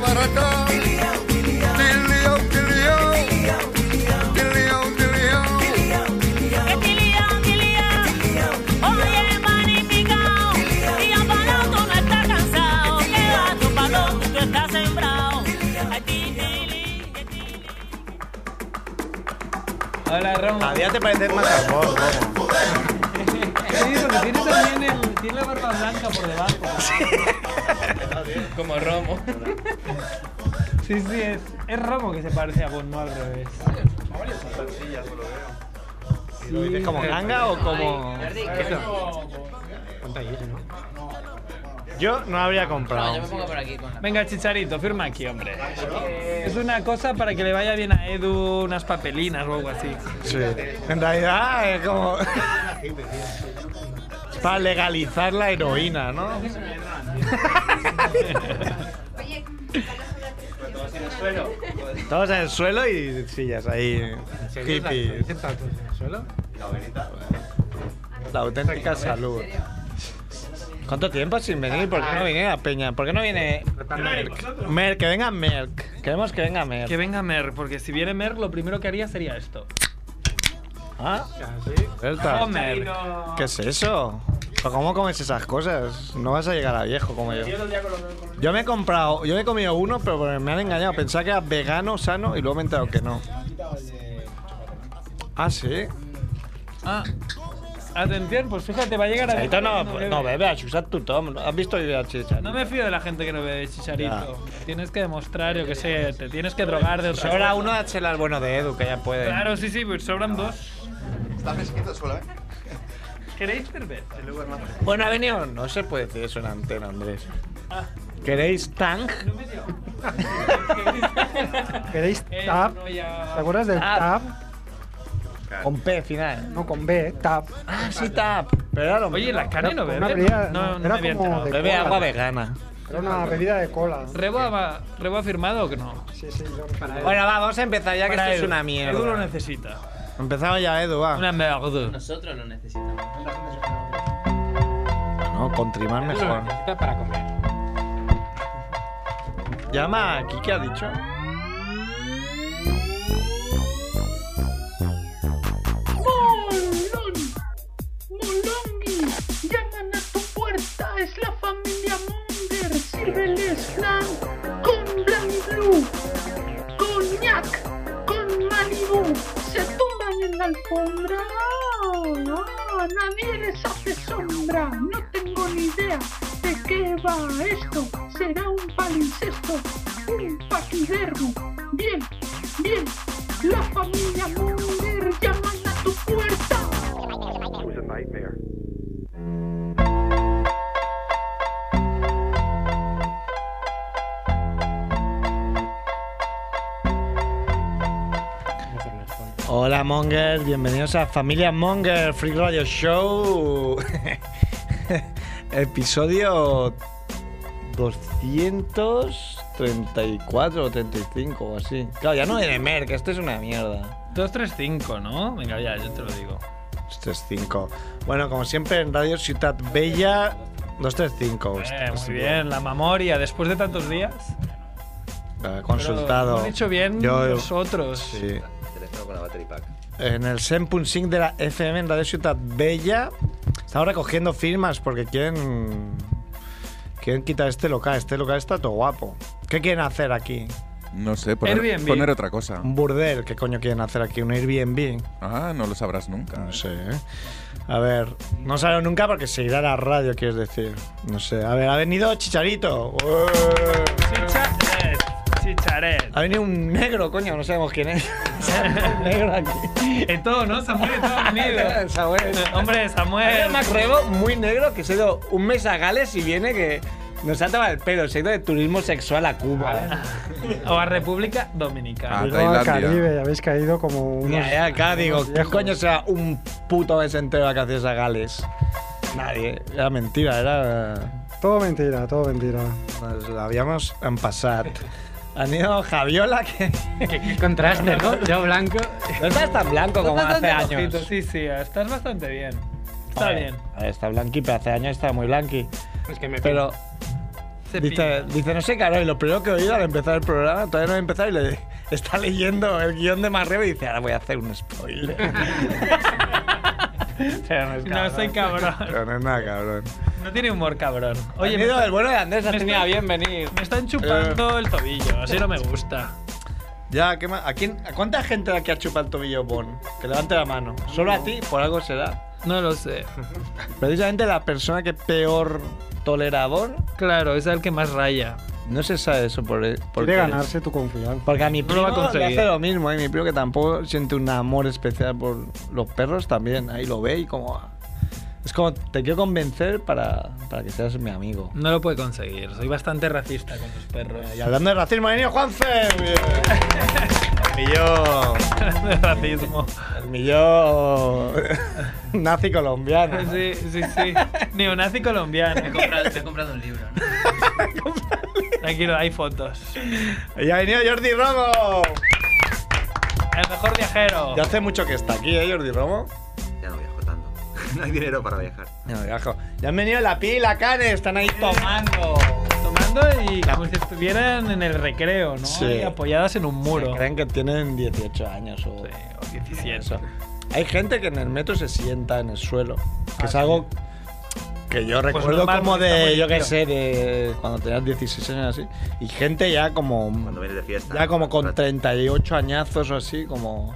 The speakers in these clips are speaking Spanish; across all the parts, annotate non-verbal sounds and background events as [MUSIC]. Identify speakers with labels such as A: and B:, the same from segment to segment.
A: barata. Tilio, tilio. Tilio, tilio.
B: Tilio, tilio, oye, magnificado. Tío Paloto no está cansado. Que gato Paloto, tú estás sembrado. Ay, ti, tili, que tili.
C: Hola, Romo.
D: A día Ah, te parece más sabor, Romo.
C: Sí, porque tiene también el, tiene la barba blanca por debajo.
E: Como Romo.
C: Sí, sí, es, es Romo que se parece a Bon, no al revés.
D: ¿Y ¿Lo dices como ganga o como.? Yo no habría
F: No, yo me
D: comprado.
F: pongo por aquí con la...
C: Venga, Chicharito, firma aquí, hombre. Es una cosa para que le vaya bien a Edu unas papelinas o algo así.
D: Sí. En realidad es como. Para legalizar la heroína, ¿no?
G: Oye, ¿todos en el suelo?
D: [LAUGHS] Todos en el suelo y sillas ahí. Hippies. La auténtica salud. ¿Cuánto tiempo sin venir? ¿Por qué no viene la peña? ¿Por qué no viene Merck? Merck, que venga Merck. Queremos que venga
C: Que
D: Merck.
C: venga Mer, porque si viene Mer, lo primero que haría sería esto.
D: ¿Ah? Delta.
C: Homer.
D: ¿Qué es eso? ¿Pero ¿Cómo comes esas cosas? No vas a llegar a viejo como yo. Yo me he comprado, yo me he comido uno, pero porque me han engañado. Pensaba que era vegano, sano y luego me he enterado que no. Ah, sí.
C: Ah. Atención, pues fíjate, va a llegar a...
D: Chicharito no,
C: no bebe.
D: no bebe, usar tu tom. ¿Has visto yo a Chicharito?
C: No me fío de la gente que no bebe chicharito. Tienes que demostrar, yo que sé, te tienes que drogar de otra
D: Sobra
C: cosa.
D: uno de chelas bueno de Edu, eh. que ya puede.
C: Claro, sí, sí, pues sobran dos.
H: Está fresquito el suelo, ¿eh?
C: ¿Queréis cerveza?
H: El Uber no.
D: Bueno, ha venido. No se puede decir eso en antena, Andrés. ¿Queréis Tang?
I: ¿Queréis
C: [LAUGHS] Eh,
I: tap?
C: no,
I: ¿Te
C: ya-
I: acuerdas del
D: Tap.
I: tap?
D: Con P final.
I: No, con B, tap.
D: Ah, sí, Tap. Pero era lo
C: Oye,
D: mismo.
C: la carne no
I: Era una
C: bebe.
I: bebida-
C: No, no,
I: era
C: me había
I: como
C: enterado.
I: de-
D: Bebe
I: cola.
D: agua vegana.
I: Era una bebida de
D: Ah,
I: cola.
C: ¿Rebo ha, Rebo ha firmado que no?
I: Sí, sí, yo
D: Bueno, va, vamos a empezar ya que
C: Para
D: esto es
C: Edu.
D: una mierda.
C: Edu lo necesita.
D: Empezaba ya, Edu, va.
C: Una mierda.
F: Nosotros lo necesitamos.
D: No, con trimar mejor.
F: para comer.
D: Llama a Kike, ha dicho.
J: ¡Molón! ¡Molongi! ¡Llaman a tu puerta! ¡Es la familia Munger! ¡Sírveles flan con Blanc Blue! ¡Coñac con Malibu! ¡Se tumban en la alfombra! ¡Ah! ¡Nadie les hace sombra! ¡No tengo ni idea de qué va esto! ¡Será un palincesto! ¡Un paquidermo! ¡Bien! ¡Bien! ¡La familia Munger llaman a tu puerta!
D: Hola, Mongers. Bienvenidos a Familia Monger Free Radio Show. [LAUGHS] Episodio 234 o 35 o así. Claro, ya no viene Merck, esto es una mierda.
C: 235, ¿no? Venga, ya, yo te lo digo.
D: 235. Bueno, como siempre en Radio Ciudad Bella 235.
C: Eh,
D: Ostras,
C: muy bien, la memoria, después de tantos días.
D: eh,
C: Pero
D: consultado.
C: Lo han hecho bien
D: Yo-
C: nosotros.
D: sí.
H: Teléfono con la battery pack.
D: En el 100.5 de la FM en Radio Ciudad Bella estamos recogiendo firmas porque quieren quieren quitar este local. Este local está todo guapo. ¿Qué quieren hacer aquí?
K: No sé, poner,
C: Airbnb.
K: poner otra cosa.
D: Un burdel. ¿Qué coño quieren hacer aquí? Un Airbnb.
K: Ah, no lo sabrás nunca.
D: No sé. ¿eh? A ver, no salió nunca porque se irá a la radio, quieres decir. No sé. A ver, ha venido Chicharito. ¡Ué!
C: Chicharet, chicharet.
D: Ha venido un negro, coño, no sabemos quién
C: [LAUGHS]
D: es. un negro aquí.
C: De todo, ¿no? Samuel, de todo
D: [LAUGHS]
C: ha venido.
D: Samuel.
C: Hombre,
D: Hay
C: Samuel.
D: un macrebo muy negro que se ha ido un mes a Gales y viene que nos ha tomado el pelo. Se ha ido de turismo sexual a Cuba.
C: O a República Dominicana.
K: Ah,
I: Algo al
K: Tailandia.
I: Caribe, ya habéis caído como unos.
D: Ya, ya, acá digo,
I: unos
D: ¿qué
I: viejos.
D: coño sea un puto mes entero de vacaciones a Gales? Nadie. Era mentira, era.
I: Todo mentira, todo mentira.
D: Nos la habíamos pasado. Han ido Javiola que. [LAUGHS]
F: Qué, contraste, ¿no? Yo blanco.
D: No
C: [LAUGHS]
D: estás tan blanco como hace
C: Bastante
D: años.
C: rojito, Sí, sí, estás bastante bien. Está
D: Joder,
C: bien.
D: a ver, está blanqui, pero hace años estaba muy blanqui.
F: Es que me
D: Pero Dice, dice, no sé, claro, y lo primero que he oído al empezar el programa, todavía no he empezado, y le [LAUGHS] está leyendo el guión de Marreo y dice, ahora voy a hacer un
C: [LAUGHS]
D: spoiler. Pero no es
C: No soy cabrón.
D: Pero no es nada, cabrón.
C: No tiene humor, cabrón. Oye, me,
D: Bienvenido
C: está-
D: el bueno de Andrés.
C: me
D: Andrés,
C: está-
D: mira,
F: venir.
C: me están chupando el tobillo. Así no me gusta.
D: Eh, Ya, ¿qué más? ¿A, quién, ¿a cuánta gente aquí ha chupado el tobillo Bon? Que levante la mano. Solo a ti, por algo será.
C: No lo sé.
D: Precisamente la persona que peor tolerador,
C: Claro, es el que más raya.
D: no se sabe eso por, eh, por
I: Quiere
D: qué es.
I: ganarse tu confianza.
D: Porque a mi
C: No lo
D: primo
C: va a
D: le
C: conseguir.
D: hace lo mismo, ¿eh? mi primo que tampoco siente un amor especial por los perros también, ahí lo ve y como... ah, Es como, te quiero convencer para, para que seas mi amigo.
C: No lo puede conseguir. Soy bastante racista con los perros.
D: Y hablando de racismo, ¿eh, ha venido Juanfe. Millón.
C: de [LAUGHS] racismo.
D: El millón. Nazi colombiano.
C: Sí, sí, sí. Neonazi
F: Te he
C: colombiano.
F: comprado, te he comprado un libro, ¿no?
C: Tranquilo, hay fotos.
D: Y ha venido Jordi Romo.
C: El mejor viajero.
D: Ya hace mucho que está aquí, ¿eh, Jordi Romo?
H: Ya no viajo tanto. [LAUGHS] No hay dinero para viajar.
D: No, viajo. Ya han venido la pila, Canes. Están ahí tomando.
C: Tomando y como si estuvieran en el recreo, ¿no?
D: Sí.
C: Y apoyadas en un muro.
D: Se creen que tienen 18 años o,
C: Sí, o 17.
D: eso. Hay gente que en el metro se sienta en el suelo, que es algo que yo
L: Pues
D: recuerdo
C: Ah, Pues normal,
D: como
C: porque está muy
D: de, yo qué
C: limpio.
D: sé, de cuando tenías 16 años así. Y gente ya como,
H: Cuando vienes de fiesta.
D: ya como con
H: tres.
D: 38 añazos o así, como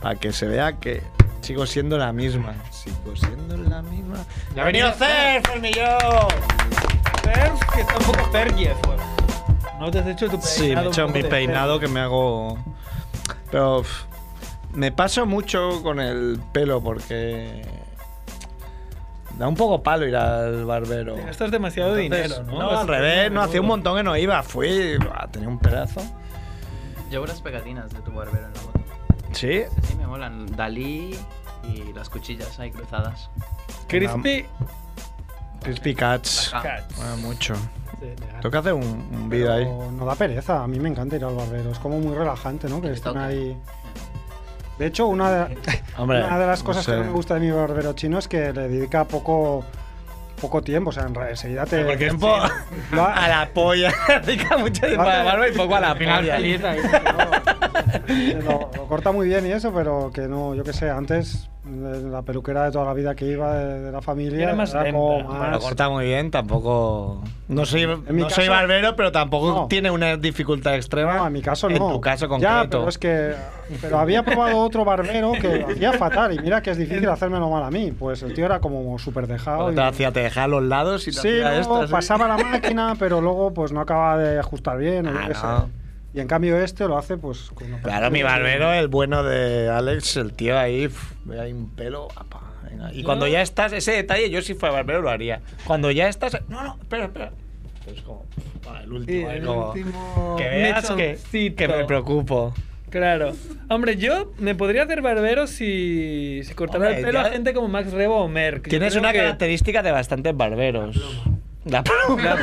D: para que se vea que sigo siendo la misma.
H: pues
D: Sigo siendo la misma.
F: Ya
D: ¡Ha venido
F: venía Cerf.
D: Cerf, el millón!
C: Perf, que está un poco perguez, pues. No te has hecho tu peinado.
D: Sí, me he
C: un
D: hecho
C: poco
D: mi
C: de
D: peinado que me hago. Pero uf, me paso mucho con el pelo porque. Da un poco palo ir al barbero.
C: Te gastas demasiado
D: Entonces,
C: dinero, ¿no?
D: No, al revés, no, hacía un montón que no iba. Fui, ah, tenía un pedazo.
F: Llevo las pegatinas de tu barbero en la moto.
D: Sí,
F: Sí, me molan. Dalí y las cuchillas ahí cruzadas.
C: Crispy
D: Crispy Cats.
F: La K.
C: Cats.
D: Mola mucho.
C: Sí, te
D: Tengo que hacer un, un vídeo ahí.
I: Pero no da pereza, a mí me encanta ir al barbero, es como muy relajante, ¿no? Que
F: te
I: estén
F: toca.
I: ahí. De hecho, una de,
D: [LAUGHS] Hombre,
I: una de las
D: no
I: cosas
D: sé.
I: que no me gusta de mi barbero chino es que le dedica poco poco tiempo, o sea, en re- enseguida te
D: Porque tiempo
I: lo ha-
D: [LAUGHS] a la polla. Dedica mucho tiempo a la barba y poco a la polla.
I: lo, lo corta muy bien y eso, pero que no, yo qué sé, antes eh, la peluquera de toda la vida que iba de, de la familia
C: Era más
I: como
C: lenta,
I: más-
D: Bueno, corta muy bien, tampoco. Ah, No soy,
I: mi
D: no soy
I: caso-
D: barbero, pero tampoco
I: No.
D: tiene una dificultad extrema.
I: No, en mi caso no.
D: En tu caso concreto.
I: Ya, pero es que. Pero había probado otro barbero que lo hacía fatal. Y mira que es difícil hacérmelo mal a mí. Pues el tío era como súper dejado.
D: Porque
I: y-
D: te hacía, te dejaba a los lados y te
I: Sí,
D: hacía
I: luego
D: esto, así.
I: pasaba la máquina, pero luego pues no acaba de ajustar bien. o yo
D: Ah,
I: qué sé.
D: no.
I: Y en cambio este lo hace pues. con una-
D: Claro, mi barbero, el bueno de Alex, el tío ahí, pf, ve ahí un pelo. apa, venga. Y cuando ya estás, ese detalle, yo si fuera barbero lo haría. Cuando ya estás. No, no, espera, espera. Es como. pa, el último, ahí como, Que veas que,
C: mechoncito.
D: que me preocupo.
C: Claro. Hombre, yo me podría hacer barbero si, si cortara
D: Hombre,
C: el pelo
D: ya-
C: a gente como Max Rebo o Merck. Yo
D: Tienes
C: creo
D: una
C: que-
D: característica de bastantes barberos. La pluma.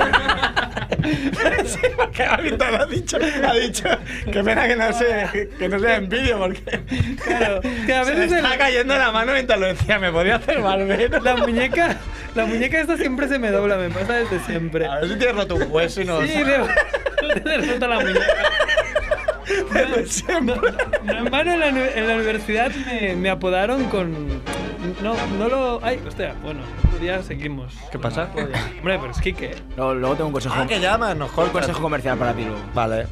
D: sí, porque ahorita lo ha dicho, ha dicho. Qué pena que no se, que no sea en vídeo, porque.
C: Claro, que a
D: se
C: veces
D: me
C: el-
D: está cayendo la mano mientras lo decía, me podía hacer
C: [LAUGHS]
D: barbero.
C: La muñeca, la muñeca esta siempre se me dobla, me pasa desde siempre.
D: A ver si tienes roto un hueso y no.
C: Sí, Leo. [LAUGHS] Le resulta la muñeca.
D: Desde siempre.
C: No, en vano en la, nu- en la universidad me, me apodaron con. No, no lo. Ay, hostia, bueno, ya seguimos.
D: ¿Qué pasa?
C: Hombre, pero es Kike.
L: Luego, luego tengo un consejo,
D: Ah, que llaman, nos
L: un
D: cortas.
L: consejo comercial para ti luego.
D: Vale.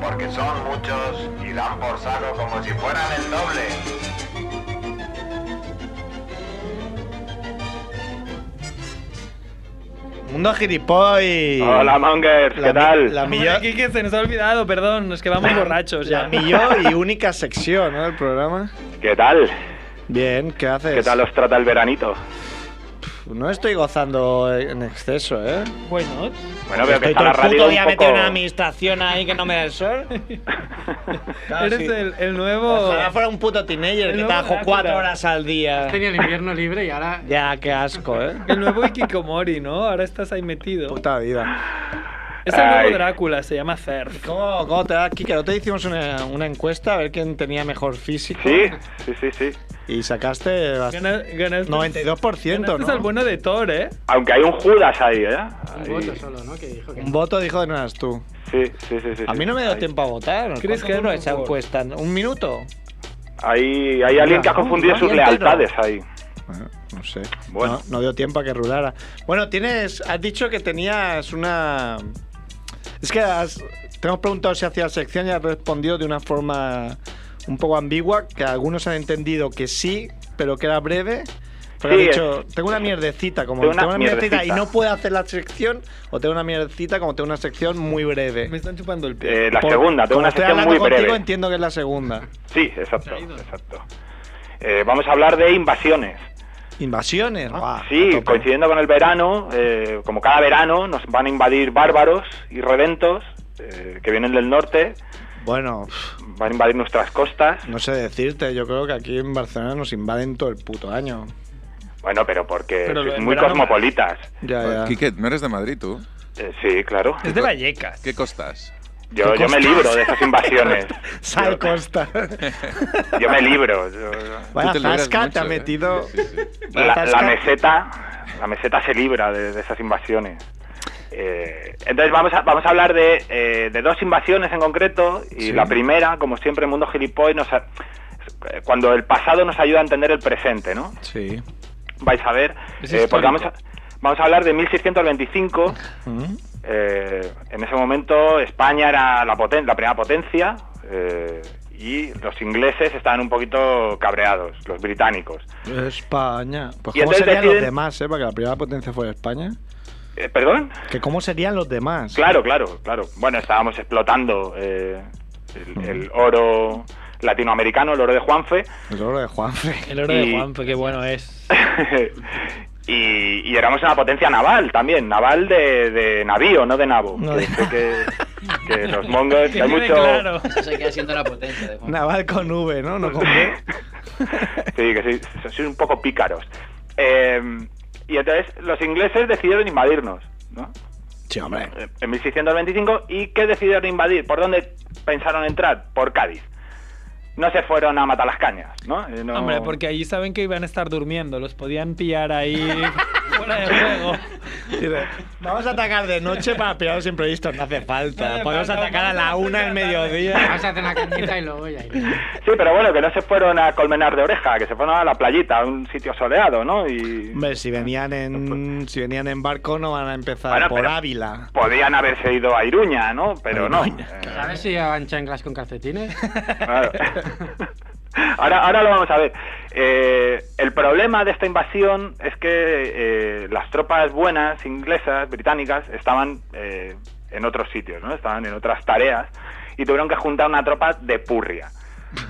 M: Porque son muchos y dan por saco como si fueran el doble.
D: Mundo gilipoy.
L: mangers,
D: La
C: Hombre,
D: millón.
C: Kike se nos ha olvidado, perdón, es que vamos borrachos ya.
D: La millón y única sección, ¿no? Del programa.
L: ¿Qué tal?
D: Bien, ¿qué haces?
L: os trata el veranito?
D: No estoy gozando en exceso, ¿eh?
C: Bueno,
L: Bueno,
D: estoy todo el puto día metido en una administración ahí que no me da
C: [LAUGHS]
D: el sol. Claro,
C: eres
D: sí.
C: el, el nuevo.
D: Ojalá fuera un puto teenager
C: El
D: que
C: nuevo
D: trabajo
C: Drácula.
D: cuatro horas al día.
F: Tenía el invierno libre y ahora
D: Ya, qué asco,
C: [LAUGHS]
D: ¿eh?
C: El nuevo Ikikomori, ¿no? Ahora estás ahí metido.
D: Puta vida.
C: Es el nuevo Drácula, se llama Cerf.
D: ¿Cómo, cómo te da, Kike? ¿No te hicimos una, una encuesta a ver quién tenía mejor físico?
L: sí, sí, sí.
D: Y sacaste bast- 92%,
C: Este es
D: ¿no?
C: el bueno de Thor, ¿eh?
M: Aunque hay un Judas ahí, ¿eh?
N: Un voto solo, ¿no? Que dijo que
D: Un voto dijo de no eras tú.
M: Sí, sí, sí. sí
D: A mí no me dio
M: Ahí.
D: tiempo a votar.
C: Chris
D: ¿Crees que no esa encuesta? ¿Un minuto?
M: Hay, hay alguien que ha confundido
D: Mira,
M: sus
D: bien, Pedro.
M: lealtades ahí.
D: No sé.
M: Bueno.
D: No, no dio tiempo a que rulara. Bueno, tienes. Has dicho que tenías una. Es que has- te hemos preguntado si hacías sección y has respondido de una forma un poco ambigua, que algunos han entendido que sí, pero que era breve. Pero
M: Sí,
D: has dicho, tengo una mierdecita, como
M: Tengo una
D: y
M: mierdecita.
D: no puedo hacer la sección, o tengo una mierdecita como tengo una sección muy breve.
C: Me están chupando el pie.
M: Eh, la
D: Por-
M: segunda, tengo
D: como
M: una
D: estoy
M: sección
D: hablando
M: muy
D: contigo,
M: breve.
D: entiendo que es la segunda.
M: Sí, exacto, exacto. Eh, vamos a hablar de invasiones.
D: Invasiones.
C: Ah.
D: guau, a
M: Sí,
D: tope.
M: coincidiendo con el verano, eh, como cada verano nos van a invadir bárbaros y redentos eh, que vienen del norte,
D: Bueno, pf,
M: van a invadir nuestras costas.
D: no sé decirte, yo creo que aquí en Barcelona nos invaden todo el puto año.
M: Bueno, pero porque
C: Pero lo
M: es
C: del
M: muy
C: verano-
M: cosmopolitas.
D: Ya, ya.
H: Quique, no eres de Madrid tú.
M: Eh, sí, claro.
C: Es de Vallecas.
H: ¿Qué costas?
M: Yo,
D: ¿Qué
M: yo me
D: costas?
M: libro de esas invasiones.
D: [LAUGHS]
H: [LAUGHS]
D: Sal Costa.
M: Yo me libro. Yo-
D: Vaya
H: Tú libras
D: zasca, te
H: mucho,
D: ha
H: ¿eh?
D: metido.
H: Sí, sí.
D: Vaya
M: la,
D: zasca.
M: la meseta la meseta se libra de, de esas invasiones Eh, entonces vamos a, vamos a hablar de, eh, de dos invasiones en concreto y
H: Sí.
M: la primera como siempre el mundo gilipollas nos a- cuando el pasado nos ayuda a entender el presente no
D: Sí.
M: vais a ver
C: Es
M: eh, porque
C: histórico.
M: Eh, vamos a, vamos a hablar de 1625
D: Mm.
M: eh, en ese momento España era la, poten- la primera potencia eh, y los ingleses estaban un poquito cabreados los británicos
D: España. Pues
M: Y
D: cómo
M: entonces
D: serían los
M: deciden-
D: demás, ¿eh? Para que la primera potencia fuera España.
M: Eh, perdón
D: Que cómo serían los demás.
M: Claro, claro, claro. Bueno, estábamos explotando eh, el, el oro latinoamericano, el oro de Juanfe, [LAUGHS]
D: El oro de Juanfe. [LAUGHS]
N: El oro
M: Y-
N: de Juanfe, qué bueno es.
M: y, y éramos una potencia naval también, naval de, de navío, no de nabo.
D: No de-
M: Que, que- que los mongos, que hay
C: quede
F: [LAUGHS]
M: mucho...
C: claro.
N: Eso se queda siendo la potencia de Juanfe.
D: Naval con V, ¿no? No con V.
M: Sí, que sois, sois un poco pícaros. Eh, y entonces los ingleses decidieron invadirnos, ¿no?
D: Sí, hombre.
M: Eh, En 1625, ¿y qué decidieron invadir? ¿Por dónde pensaron entrar? Por Cádiz. No se fueron a Matalascañas, ¿no? Eh, no-
C: Hombre, porque allí saben que iban a estar durmiendo. Los podían
M: [LAUGHS]
C: pillar ahí fuera de juego.
D: Dice, Vamos a atacar de noche para pillar los imprevistos. No hace
C: No
D: falta.
C: hace
D: Podemos
C: falta,
D: atacar a
C: vamos a
D: la
C: hacer
D: una del
C: la tarde.
D: mediodía.
N: Vamos a hacer una cañita y luego ya iremos.
M: Sí, pero bueno, que no se fueron a Colmenar de Oreja, que se fueron a la playita, a un sitio soleado, ¿no? Y
D: Hombre, si venían en, si venían en barco no van a empezar
M: Bueno,
D: por
M: pero-
D: Ávila.
M: podían haberse ido a Iruña, ¿no? Pero no. Eh,
N: ¿Sabes si llevaban chanclas con [LAUGHS] calcetines?
M: Claro. [LAUGHS] Ahora, ahora lo vamos a ver. Eh, el problema de esta invasión es que eh, las tropas buenas inglesas, británicas, estaban eh, en otros sitios, ¿no? Estaban en otras tareas y tuvieron que juntar una tropa de purria,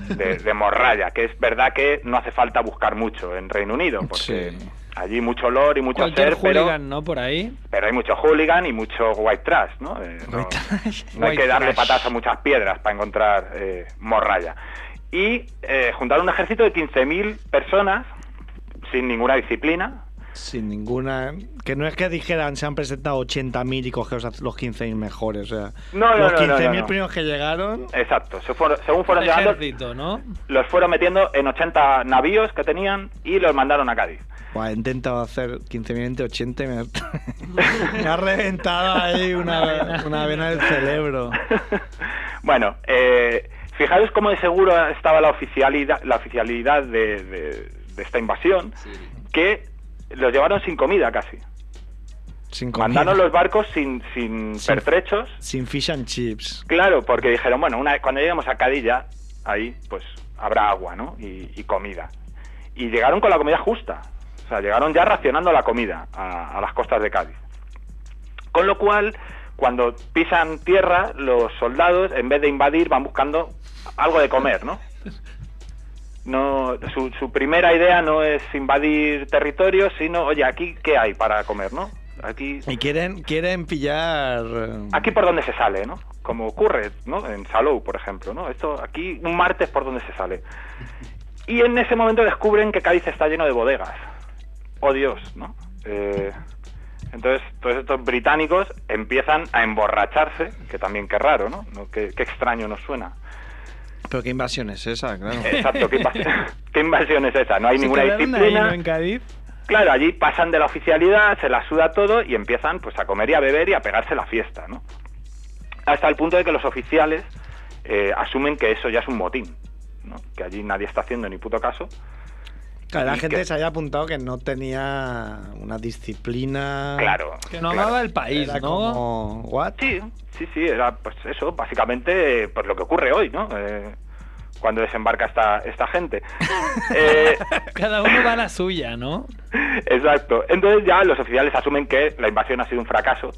M: de, de morralla, que es verdad que no hace falta buscar mucho en Reino Unido, porque
D: Sí.
M: allí mucho olor y mucho
C: Cualquier
M: ser, pero,
C: hooligan, ¿no? Por ahí.
M: pero hay mucho hooligan y mucho white trash, ¿no? Eh, no- no hay
C: White
M: que darle
C: trash.
M: patas a muchas piedras para encontrar eh, morralla. Y eh, juntar un ejército de 15.000 personas sin ninguna disciplina.
D: Sin ninguna. Que no es que dijeran se han presentado 80.000 y cogeos a los 15.000 mejores. O sea,
M: No, no,
D: los
M: no, no,
D: 15.000
M: no, no.
D: primeros que llegaron.
M: Exacto. Se fueron- según
C: Un
M: fueron llegando,
C: ejército, ¿no?
M: los fueron metiendo en 80 navíos que tenían y los mandaron a Cádiz.
D: Buah, he intentado hacer 15.000 entre 80 y me, [LAUGHS] me ha reventado ahí una, una vena del cerebro.
M: [LAUGHS] bueno, eh, fijaros cómo de seguro estaba la oficialidad, la oficialidad de, de- de esta invasión, que los llevaron sin comida casi.
D: Sin comida.
M: Mandaron los barcos sin, sin
D: Sí.
M: pertrechos.
D: Sin fish and chips.
M: Claro, porque dijeron, bueno, una, cuando lleguemos a Cadilla, ahí pues habrá agua, ¿no? Y, y comida. Y llegaron con la comida justa. O sea, llegaron ya racionando la comida a, a las costas de Cádiz. Con lo cual, cuando pisan tierra, los soldados, en vez de invadir, van buscando algo de comer, ¿no? No, su, su primera idea no es invadir territorio, sino, oye, aquí qué hay para comer, ¿no? Aquí
D: Y quieren, quieren pillar. eh,
M: aquí por donde se sale, ¿no? Como ocurre, ¿no? En Salou, por ejemplo, ¿no? Esto aquí un martes por donde se sale. Y en ese momento descubren que Cádiz está lleno de bodegas. Oh Dios, ¿no? Eh, entonces todos estos británicos empiezan a emborracharse, que también qué raro, ¿no? ¿No? Qué, qué extraño nos suena.
D: Pero qué invasión es esa, claro.
M: Exacto, ¿qué,
D: [LAUGHS]
M: invas- [LAUGHS] qué invasión es esa? No hay
D: Se
M: ninguna
D: quedaron ahí,
M: disciplina.
D: ¿no? en
C: Cádiz.
M: Claro, allí pasan de la oficialidad, se la suda todo y empiezan pues a comer y a beber y a pegarse la fiesta, ¿no? Hasta el punto de que los oficiales eh, asumen que eso ya es un motín, ¿no? Que allí nadie está haciendo ni puto caso.
D: Claro, la
M: ¿Y
D: gente
M: qué?
D: se había apuntado que no tenía una disciplina.
M: Claro, Que no claro. amaba el país,
D: Era
M: ¿no?
D: Como, ¿what?
M: Sí, sí, sí, era pues eso, básicamente pues lo que ocurre hoy, ¿no? Eh, cuando desembarca esta, esta gente. Eh,
C: Cada uno va a la suya, ¿no?
M: Exacto. Entonces ya los oficiales asumen que la invasión ha sido un fracaso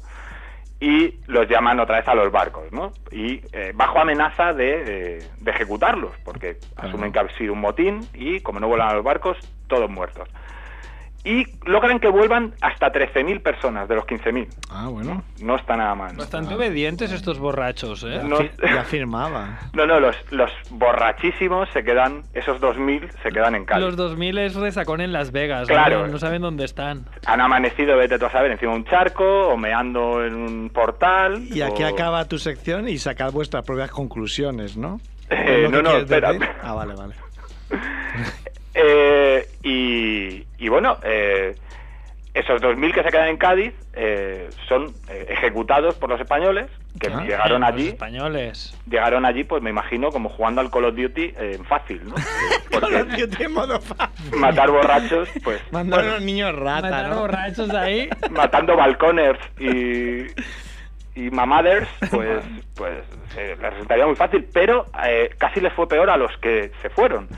M: y los llaman otra vez a los barcos, ¿no? Y eh, bajo amenaza de, eh, de ejecutarlos, porque asumen que ha sido un motín y como no vuelan a los barcos, todos muertos. Y logran que vuelvan hasta 13.000 personas de los 15.000.
D: Ah, bueno.
M: No está nada mal.
C: Bastante obedientes estos borrachos, ¿eh?
M: No-
D: Ya firmaba.
M: No, no, los, los borrachísimos se quedan, esos 2.000 se quedan en Cádiz.
C: Los 2000 es de sacón en Las Vegas, ¿no?
M: Claro.
C: No saben dónde están.
M: Han amanecido, vete tú a saber, encima de un charco o meando en un portal.
D: Y aquí
M: o-
D: acaba tu sección y sacad vuestras propias conclusiones, ¿no?
M: Eh,
D: ¿Es lo
M: no,
D: que
M: no,
D: quieres
M: espera.
D: decir? Ah, vale, vale.
M: Eh, y, y bueno, eh, esos 2.000 que se quedan en Cádiz eh, son eh, ejecutados por los españoles que
C: Ah,
M: llegaron
C: los
M: allí.
C: españoles.
M: Llegaron allí, pues me imagino, como jugando al Call of Duty eh, en fácil,
C: [LAUGHS]
M: ¿no? [LAUGHS] Porque
D: Yo te modo fa-
M: matar borrachos, pues.
D: Mandar a los niños rata,
C: Matar
D: ¿no?
C: borrachos ahí.
M: [LAUGHS]
C: [LAUGHS]
M: matando balconers y, y
C: [LAUGHS]
M: mamaders, pues, pues eh, les resultaría muy fácil, pero eh, casi les fue peor a los que se fueron.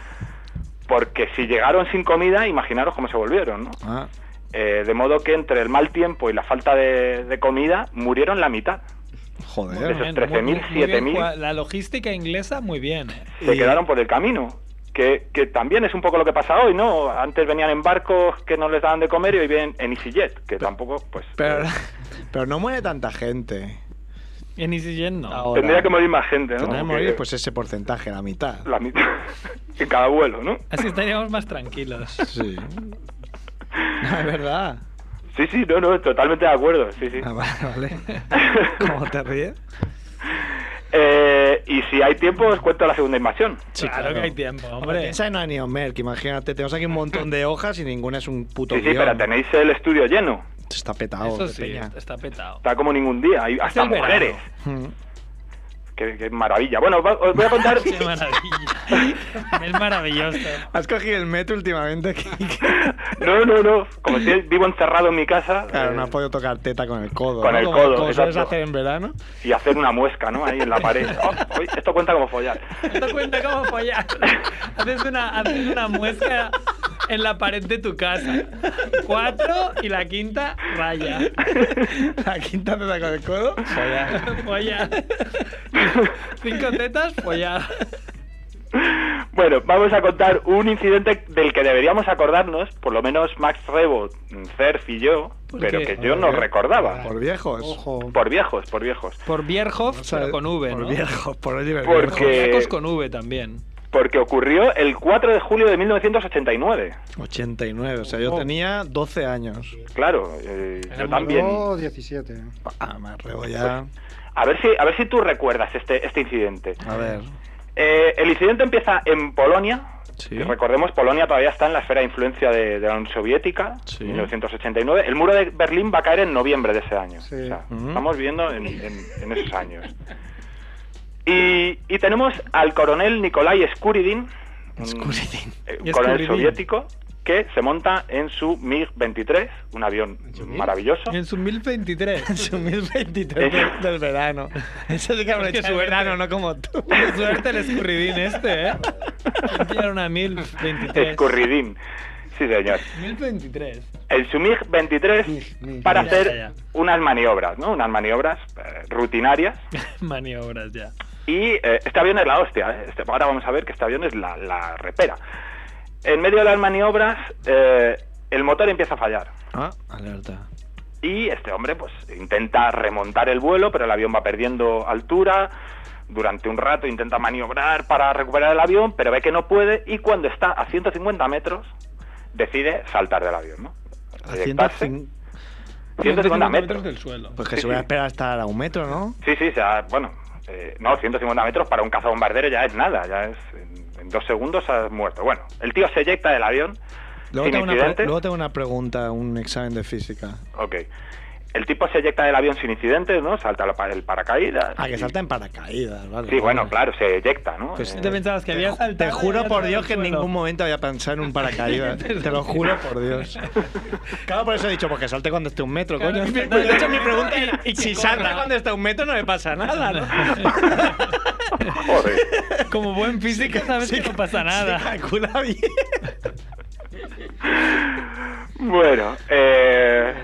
M: Porque si llegaron sin comida, imaginaros cómo se volvieron, ¿no?
D: Ah,
M: Eh, de modo que entre el mal tiempo y la falta de, de comida, murieron la mitad.
D: joder.
M: De esos
C: Bien, muy- muy
M: 13.000,
C: bien
M: 7.000
C: jugada. La logística inglesa, muy bien. ¿eh?
M: se quedaron por el camino. Que, que también es un poco lo que pasa hoy, ¿no? Antes venían en barcos que no les daban de comer y hoy vienen en EasyJet, que tampoco, pues...
D: Pero, pero no muere tanta gente.
C: En EasyJet no.
D: Ahora.
M: Tendría que morir más gente, ¿no?
D: Tendría que
M: Porque-
D: morir pues ese porcentaje, la mitad.
M: La mitad. en cada vuelo, ¿no?
C: Así estaríamos más tranquilos.
D: Sí. No, [LAUGHS] es verdad.
M: Sí, sí, no, no, totalmente de acuerdo. Sí, sí.
D: Ah, vale,
M: [LAUGHS]
D: vale. ¿Cómo te ríes?
M: Eh, y si hay tiempo, os cuento la segunda invasión.
C: claro que hay tiempo,
D: Hombre,
C: hombre.
D: piensa en Anion Merck, imagínate, tenemos aquí un montón de hojas y ninguna es un puto
M: Sí, sí,
D: guión.
M: pero tenéis el estudio lleno.
D: Está petado.
C: Eso
D: de
C: sí,
D: peña.
C: está- está petado.
M: Está como ningún día. Hay hasta
C: el verano.
M: mujeres.
D: Mm.
M: Qué, qué maravilla. Bueno, va- os voy a contar.
C: [LAUGHS] Qué maravilla. es maravilloso.
D: ¿Has cogido el metro últimamente? [LAUGHS] aquí?
M: No, no, no. Como si vivo encerrado en mi casa
D: claro,
M: eh,
D: no has podido tocar teta con el codo.
M: Con
D: ¿no?
M: el
D: Como-
M: codo,
D: Como sueles
M: exacto.
D: hacer en verano.
M: y hacer una muesca, ¿no? Ahí en la
D: [LAUGHS]
M: pared. Oh, uy, esto cuenta como follar.
C: ¿Te das cuenta cómo follar? Haces una, haces una muesca en la pared de tu casa. Cuatro y la quinta raya.
D: La quinta teta con el codo.
M: [LAUGHS]
C: Follar. Cinco tetas, follar.
M: Bueno, vamos a contar un incidente del que deberíamos acordarnos, por lo menos Max Rebo, mm, Cerf y yo,
C: ¿Por
M: pero
C: qué?
M: que yo no
D: Por-
M: recordaba.
D: Por viejos.
M: Por viejos, por viejos.
C: Por Bierhoff, pero con V,
D: Por
C: ¿no?
D: viejos, por Oliver
M: Por-
D: Bierhoff.
C: Por Jacos
M: que-
C: con V también.
M: Porque ocurrió el 4 de julio de 1989.
D: 89, o sea,
C: Oh.
D: yo tenía 12 años.
M: Claro, eh, yo también.
I: Yo 17.
D: Ah, me arrebo ya.
M: A ver si, a ver si tú recuerdas este, este incidente.
D: A ver.
M: Eh, el incidente empieza en Polonia.
D: Sí.
M: Y Recordemos, Polonia todavía está en la esfera de influencia de, de la Unión Soviética,
D: Sí.
M: 1989. El muro de Berlín va a caer en noviembre de ese año.
I: Sí.
M: O sea,
G: Mm.
D: Ujú.
M: Estamos viendo en, en- en esos años. Y, y tenemos al coronel Nikolai Skuridin, un
D: Escuridín.
M: eh,
C: Y
M: coronel
C: Skuridin.
M: soviético, que se monta en su MiG-23, un avión maravilloso.
C: En su 1023.
D: [LAUGHS] En su 1023 del, del verano. Eso sí que habrá
C: Qué
D: hecho en
C: suerte.
D: verano, no como tú.
C: Qué suerte el escurridín
D: [LAUGHS]
C: este, ¿eh? Tirar una 1023.
M: Escurridín. Sí, señor.
C: 1023.
M: El Sumig 23 para
C: Ya,
M: hacer
C: ya, ya.
M: unas maniobras, ¿no? Unas maniobras eh, rutinarias.
C: Maniobras ya.
M: Y eh, este avión es la hostia. ¿eh? Este- ahora vamos a ver que este avión es la, la repera. En medio de las maniobras, eh, el motor empieza a fallar.
D: Ah, alerta.
M: Y este hombre, pues, intenta remontar el vuelo, pero el avión va perdiendo altura. Durante un rato intenta maniobrar para recuperar el avión, pero ve que no puede. Y cuando está a 150 metros, decide saltar del avión, ¿no?
D: A
M: Proyectarse.
D: 105.
M: 150 metros.
C: del suelo.
D: Pues que
M: Sí,
D: se voy a
M: sí.
D: esperar hasta a un metro, ¿no?
M: Sí, sí, o sea, bueno, eh, no, 150 metros para un cazabombardero ya es nada, ya es en, en dos segundos has muerto. Bueno, el tío se eyecta del avión
D: Luego
M: sin
D: tengo, una, pre-
M: incidentes.
D: luego tengo una pregunta, un examen de física.
M: Ok. El tipo se eyecta del avión sin incidentes, ¿no? Salta la pa- el paracaídas.
D: Ah, que salta en paracaídas, vale.
M: Sí, bueno,
D: vale.
M: claro, se eyecta, ¿no?
D: Pues
M: Eh,
D: te
C: pensabas que había
D: Te
C: saltado.
D: juro por Dios que en ningún momento había pensado en
C: [LAUGHS]
D: un paracaídas. te lo juro por Dios. Claro, por eso he dicho, porque salte cuando esté un metro,
C: Claro,
D: coño.
C: y me-
D: [LAUGHS] No, de hecho, mi pregunta es, si salta cuando esté a un metro no le pasa nada, ¿no?
C: Como buen físico sabes que no pasa nada.
D: calcula bien.
M: Bueno, eh,